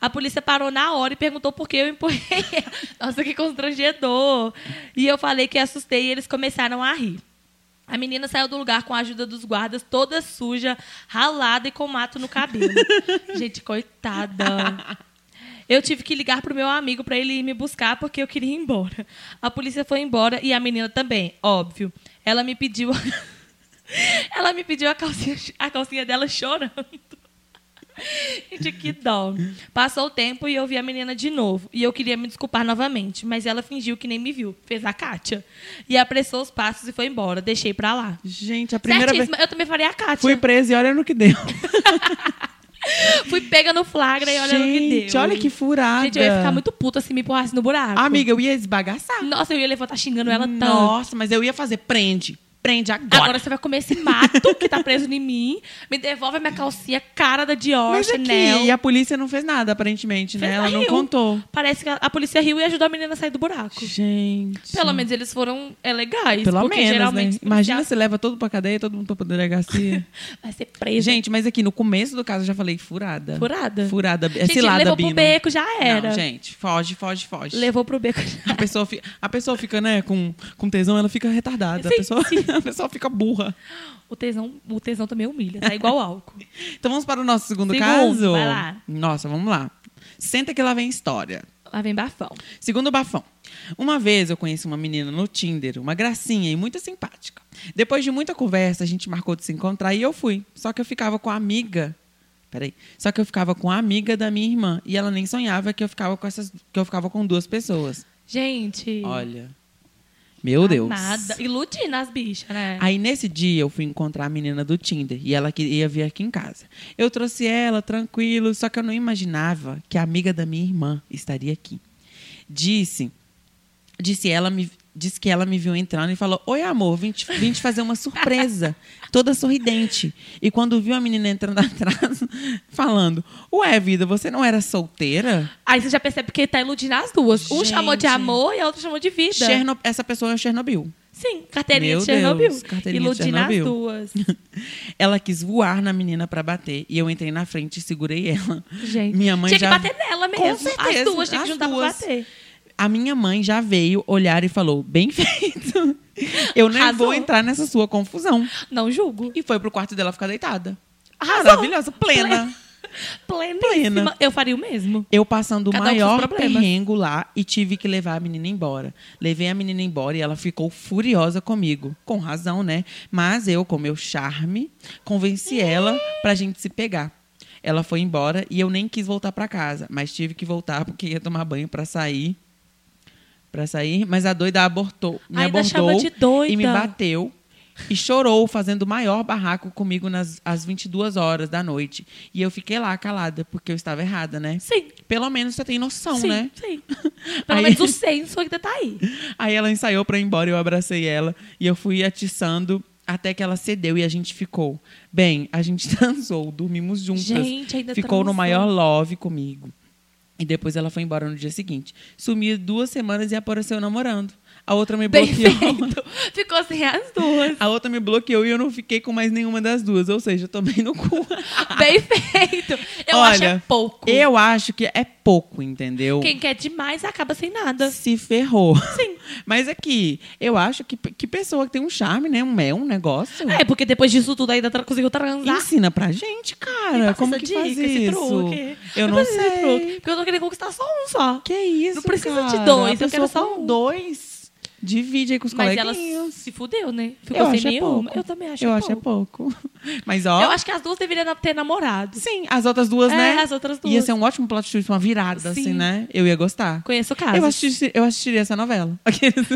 [SPEAKER 1] A polícia parou na hora e perguntou por que eu empurrei ela. Nossa, que constrangedor. E eu falei que assustei e eles começaram a rir. A menina saiu do lugar com a ajuda dos guardas, toda suja, ralada e com mato no cabelo. Gente, coitada. Eu tive que ligar pro meu amigo pra ele ir me buscar porque eu queria ir embora. A polícia foi embora e a menina também, óbvio. Ela me pediu Ela me pediu a calcinha, a calcinha dela chorando. Gente, que dó. Passou o tempo e eu vi a menina de novo. E eu queria me desculpar novamente, mas ela fingiu que nem me viu. Fez a Kátia. E apressou os passos e foi embora. Deixei pra lá.
[SPEAKER 2] Gente, a primeira vez.
[SPEAKER 1] Certíssima, eu também faria a Kátia.
[SPEAKER 2] Fui
[SPEAKER 1] Fui,
[SPEAKER 2] presa e olha no que deu.
[SPEAKER 1] pega no flagra e olha
[SPEAKER 2] Gente,
[SPEAKER 1] no que deu.
[SPEAKER 2] olha que furada.
[SPEAKER 1] Gente, eu ia ficar muito puta se me empurrasse no buraco.
[SPEAKER 2] Amiga, eu ia esbagaçar.
[SPEAKER 1] Nossa, eu ia levantar xingando ela tanto.
[SPEAKER 2] Nossa, mas eu ia fazer prende. Prende agora.
[SPEAKER 1] Agora. você vai comer esse mato que tá preso em mim. Me devolve a minha calcinha, cara da Dior,
[SPEAKER 2] mas aqui,
[SPEAKER 1] Chanel.
[SPEAKER 2] e a polícia não fez nada, aparentemente, né?
[SPEAKER 1] Fez-
[SPEAKER 2] Ela não
[SPEAKER 1] riu.
[SPEAKER 2] contou.
[SPEAKER 1] Parece que a, a polícia riu e ajudou a menina a sair do buraco.
[SPEAKER 2] Gente.
[SPEAKER 1] Pelo menos eles foram é, legais.
[SPEAKER 2] Pelo
[SPEAKER 1] porque
[SPEAKER 2] menos,
[SPEAKER 1] geralmente
[SPEAKER 2] né?
[SPEAKER 1] os
[SPEAKER 2] Imagina
[SPEAKER 1] policiais-
[SPEAKER 2] se leva todo pra cadeia, todo mundo pra delegacia.
[SPEAKER 1] Vai ser preso.
[SPEAKER 2] Gente, mas aqui no começo do caso eu já falei furada.
[SPEAKER 1] furada.
[SPEAKER 2] Furada. É
[SPEAKER 1] gente,
[SPEAKER 2] cilada,
[SPEAKER 1] levou
[SPEAKER 2] Bina.
[SPEAKER 1] pro beco, já era.
[SPEAKER 2] Não, gente, foge, foge, foge.
[SPEAKER 1] Levou pro beco. já
[SPEAKER 2] A pessoa, fi- a pessoa fica, né, com, com tesão, ela fica retardada. A
[SPEAKER 1] Sim,
[SPEAKER 2] pessoa, a pessoa fica burra.
[SPEAKER 1] O tesão, o tesão também humilha, tá igual álcool.
[SPEAKER 2] Então vamos para o nosso segundo,
[SPEAKER 1] Segundo,
[SPEAKER 2] caso?
[SPEAKER 1] vai lá.
[SPEAKER 2] Nossa, vamos lá. Senta que lá vem história.
[SPEAKER 1] Lá vem bafão.
[SPEAKER 2] Segundo bafão. Uma vez eu conheci uma menina no Tinder, uma gracinha e muito simpática. Depois de muita conversa, a gente marcou de se encontrar e eu fui. Só que eu ficava com a amiga. Peraí. Só que eu ficava com a amiga da minha irmã. E ela nem sonhava que eu ficava com essas. que eu ficava com duas pessoas.
[SPEAKER 1] Gente.
[SPEAKER 2] Olha. Meu Deus.
[SPEAKER 1] Nada. Iludindo as bichas, né?
[SPEAKER 2] Aí nesse dia eu fui encontrar a menina do Tinder e ela queria vir aqui em casa. Eu trouxe ela tranquilo, só que eu não imaginava que a amiga da minha irmã estaria aqui. Disse, disse ela me disse que ela me viu entrando e falou: "Oi, amor, vim te, vim te fazer uma surpresa", toda sorridente. E quando viu a menina entrando atrás, falando: "Ué, vida, você não era solteira?"
[SPEAKER 1] Aí você já percebe que ele tá iludindo as duas. Um
[SPEAKER 2] Gente.
[SPEAKER 1] chamou de amor e a outra chamou de vida.
[SPEAKER 2] Cherno- essa pessoa é Chernobyl.
[SPEAKER 1] Sim, carteirinha
[SPEAKER 2] Meu
[SPEAKER 1] de Chernobyl.
[SPEAKER 2] Deus, carteirinha de
[SPEAKER 1] iludindo
[SPEAKER 2] Chernobyl.
[SPEAKER 1] as duas.
[SPEAKER 2] Ela quis voar na menina pra bater e eu entrei na frente e segurei ela.
[SPEAKER 1] Gente.
[SPEAKER 2] minha mãe
[SPEAKER 1] tinha
[SPEAKER 2] já
[SPEAKER 1] que bater nela
[SPEAKER 2] Com
[SPEAKER 1] mesmo.
[SPEAKER 2] certeza,
[SPEAKER 1] as duas tinha que
[SPEAKER 2] as
[SPEAKER 1] juntar
[SPEAKER 2] duas.
[SPEAKER 1] pra bater.
[SPEAKER 2] A minha mãe já veio olhar e falou: "Bem feito. Eu não
[SPEAKER 1] Arrasou.
[SPEAKER 2] vou entrar nessa sua confusão."
[SPEAKER 1] Não julgo.
[SPEAKER 2] E foi pro quarto dela ficar deitada.
[SPEAKER 1] Arrasou.
[SPEAKER 2] Maravilhosa, plena.
[SPEAKER 1] Pleníssima.
[SPEAKER 2] Plena.
[SPEAKER 1] Eu faria o mesmo.
[SPEAKER 2] Eu passando o
[SPEAKER 1] Cada um com seus
[SPEAKER 2] maior
[SPEAKER 1] problemas.
[SPEAKER 2] perrengo lá e tive que levar a menina embora. Levei a menina embora e ela ficou furiosa comigo. Com razão, né? Mas eu, com meu charme, convenci ela pra gente se pegar. Ela foi embora e eu nem quis voltar pra casa, mas tive que voltar porque ia tomar banho pra sair. Pra sair, mas a doida abortou, me
[SPEAKER 1] Ainda
[SPEAKER 2] abordou
[SPEAKER 1] chama de doida.
[SPEAKER 2] e me bateu e chorou fazendo o maior barraco comigo nas às 22 horas da noite. E eu fiquei lá calada porque eu estava errada, né?
[SPEAKER 1] Sim.
[SPEAKER 2] Pelo menos você tem noção,
[SPEAKER 1] sim,
[SPEAKER 2] né?
[SPEAKER 1] sim. Pelo
[SPEAKER 2] Aí-
[SPEAKER 1] menos o senso ainda tá aí.
[SPEAKER 2] Aí ela ensaiou pra ir embora, eu abracei ela e eu fui atiçando até que ela cedeu e a gente ficou. Bem, a gente transou, dormimos juntas.
[SPEAKER 1] Gente, ainda
[SPEAKER 2] ficou no
[SPEAKER 1] transou.
[SPEAKER 2] maior love comigo. E depois ela foi embora no dia seguinte. Sumiu duas semanas e apareceu namorando. A outra me
[SPEAKER 1] Bem
[SPEAKER 2] bloqueou.
[SPEAKER 1] feito. Ficou sem as duas.
[SPEAKER 2] A outra me bloqueou e eu não fiquei com mais nenhuma das duas. Ou seja, eu tomei no cu.
[SPEAKER 1] Bem feito. Eu acho é pouco.
[SPEAKER 2] Eu acho que é pouco, entendeu?
[SPEAKER 1] Quem quer demais acaba sem nada.
[SPEAKER 2] se ferrou.
[SPEAKER 1] Sim.
[SPEAKER 2] Mas aqui, eu acho que, que pessoa que tem um charme, né? Um mel, um negócio.
[SPEAKER 1] É, porque depois disso tudo ainda tra conseguiu transar.
[SPEAKER 2] Ensina pra gente,
[SPEAKER 1] Me
[SPEAKER 2] cara.
[SPEAKER 1] passa
[SPEAKER 2] Como
[SPEAKER 1] essa
[SPEAKER 2] que
[SPEAKER 1] dica,
[SPEAKER 2] faz
[SPEAKER 1] esse
[SPEAKER 2] isso?
[SPEAKER 1] truque.
[SPEAKER 2] Eu não
[SPEAKER 1] preciso de
[SPEAKER 2] sei.
[SPEAKER 1] truque, porque eu tô querendo conquistar só um só.
[SPEAKER 2] Que é isso,
[SPEAKER 1] Não precisa
[SPEAKER 2] cara?
[SPEAKER 1] de dois,
[SPEAKER 2] A
[SPEAKER 1] eu quero
[SPEAKER 2] pessoa
[SPEAKER 1] só
[SPEAKER 2] com
[SPEAKER 1] um.
[SPEAKER 2] dois. Divide aí com os
[SPEAKER 1] Mas ela
[SPEAKER 2] coleguinhas.
[SPEAKER 1] se fudeu, né?
[SPEAKER 2] eu
[SPEAKER 1] Ficou sem
[SPEAKER 2] acho é
[SPEAKER 1] nenhuma.
[SPEAKER 2] pouco.
[SPEAKER 1] eu também acho
[SPEAKER 2] Eu
[SPEAKER 1] é
[SPEAKER 2] acho é
[SPEAKER 1] pouco.
[SPEAKER 2] pouco. Mas, ó...
[SPEAKER 1] Eu acho que as duas deveriam na- ter namorado.
[SPEAKER 2] Sim, as outras duas,
[SPEAKER 1] É,
[SPEAKER 2] né?
[SPEAKER 1] as outras duas.
[SPEAKER 2] Ia ser um ótimo plot twist, uma virada, assim,
[SPEAKER 1] Sim.
[SPEAKER 2] né? Eu ia gostar.
[SPEAKER 1] Conheço casos.
[SPEAKER 2] Eu, assisti, eu assistiria essa novela.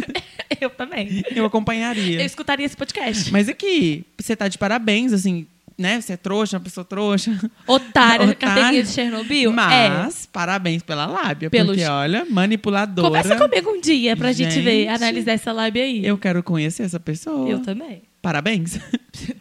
[SPEAKER 1] Eu também.
[SPEAKER 2] eu acompanharia.
[SPEAKER 1] Eu escutaria esse podcast.
[SPEAKER 2] Mas aqui, você tá de parabéns, assim, né? Você é trouxa, uma pessoa trouxa.
[SPEAKER 1] Otária,
[SPEAKER 2] Otário.
[SPEAKER 1] carteirinha de Chernobyl. É.
[SPEAKER 2] Mas, parabéns pela lábia,
[SPEAKER 1] Pelo
[SPEAKER 2] porque
[SPEAKER 1] je-
[SPEAKER 2] olha, manipuladora.
[SPEAKER 1] Conversa comigo um dia pra gente,
[SPEAKER 2] Gente.
[SPEAKER 1] ver, analisar essa live aí.
[SPEAKER 2] Eu quero conhecer essa pessoa.
[SPEAKER 1] Eu também.
[SPEAKER 2] Parabéns.
[SPEAKER 1] De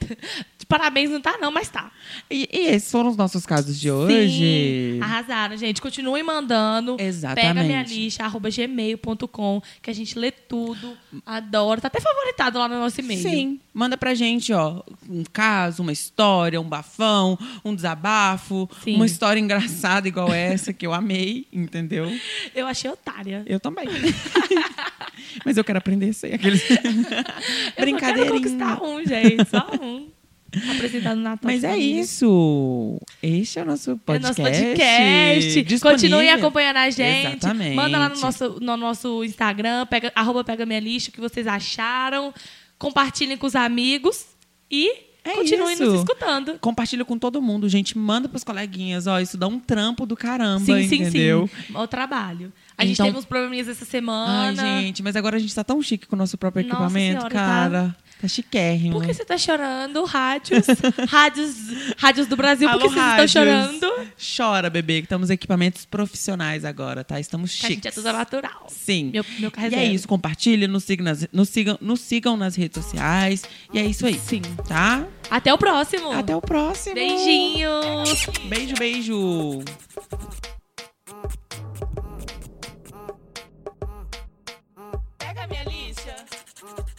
[SPEAKER 1] Parabéns não tá não, mas tá.
[SPEAKER 2] E, e esses foram os nossos casos de
[SPEAKER 1] Sim, Ah,
[SPEAKER 2] hoje.
[SPEAKER 1] arrasaram, gente. Continuem mandando.
[SPEAKER 2] Exatamente.
[SPEAKER 1] Pega minha lixa, arroba gmail.com, que a gente lê tudo, adora. Tá até favoritado lá no nosso e-mail.
[SPEAKER 2] Sim, manda pra gente, ó, um caso, uma história, um bafão, um desabafo,
[SPEAKER 1] Sim.
[SPEAKER 2] uma história engraçada igual essa que eu amei, entendeu?
[SPEAKER 1] Eu achei otária.
[SPEAKER 2] Eu também. Mas eu quero aprender isso aí. Aqueles...
[SPEAKER 1] Eu só quero conquistar um, gente. Só um. Apresentado no Natal.
[SPEAKER 2] Mas
[SPEAKER 1] de
[SPEAKER 2] é
[SPEAKER 1] família.
[SPEAKER 2] isso. Este é o nosso
[SPEAKER 1] É
[SPEAKER 2] podcast.
[SPEAKER 1] nosso podcast.
[SPEAKER 2] Disponível.
[SPEAKER 1] Continuem acompanhando a gente.
[SPEAKER 2] Exatamente.
[SPEAKER 1] Manda lá no nosso, no nosso Instagram, pega, arroba pega minha lista, o que vocês acharam. Compartilhem com os amigos. E
[SPEAKER 2] É
[SPEAKER 1] Continuem
[SPEAKER 2] isso.
[SPEAKER 1] nos escutando.
[SPEAKER 2] Compartilha com todo mundo, gente. Manda pros coleguinhas. Ó, isso dá um trampo do caramba,
[SPEAKER 1] Sim, sim,
[SPEAKER 2] entendeu?
[SPEAKER 1] sim. O trabalho. A gente
[SPEAKER 2] Então-
[SPEAKER 1] teve uns probleminhas essa
[SPEAKER 2] Ai,
[SPEAKER 1] semana.
[SPEAKER 2] gente, mas agora a gente tá tão chique com o nosso próprio
[SPEAKER 1] Nossa
[SPEAKER 2] equipamento,
[SPEAKER 1] Senhora,
[SPEAKER 2] cara. Tá chiquérrimo.
[SPEAKER 1] Por que você tá chorando? Rádios. Rádios, rádios do Brasil, por
[SPEAKER 2] Alô,
[SPEAKER 1] que vocês estão
[SPEAKER 2] rádios.
[SPEAKER 1] chorando?
[SPEAKER 2] Chora, bebê, que estamos em equipamentos profissionais agora, tá? Estamos
[SPEAKER 1] Que a gente é
[SPEAKER 2] chiques.
[SPEAKER 1] tudo natural.
[SPEAKER 2] Sim.
[SPEAKER 1] Meu, meu carro
[SPEAKER 2] E é
[SPEAKER 1] zero.
[SPEAKER 2] isso, compartilhe, nos, siga nas- nos, sigam, nos sigam nas redes sociais. E é isso aí.
[SPEAKER 1] Sim.
[SPEAKER 2] Tá?
[SPEAKER 1] Até o próximo.
[SPEAKER 2] Até o próximo.
[SPEAKER 1] Beijinhos.
[SPEAKER 2] Beijo, beijo.
[SPEAKER 3] Pega minha lixa.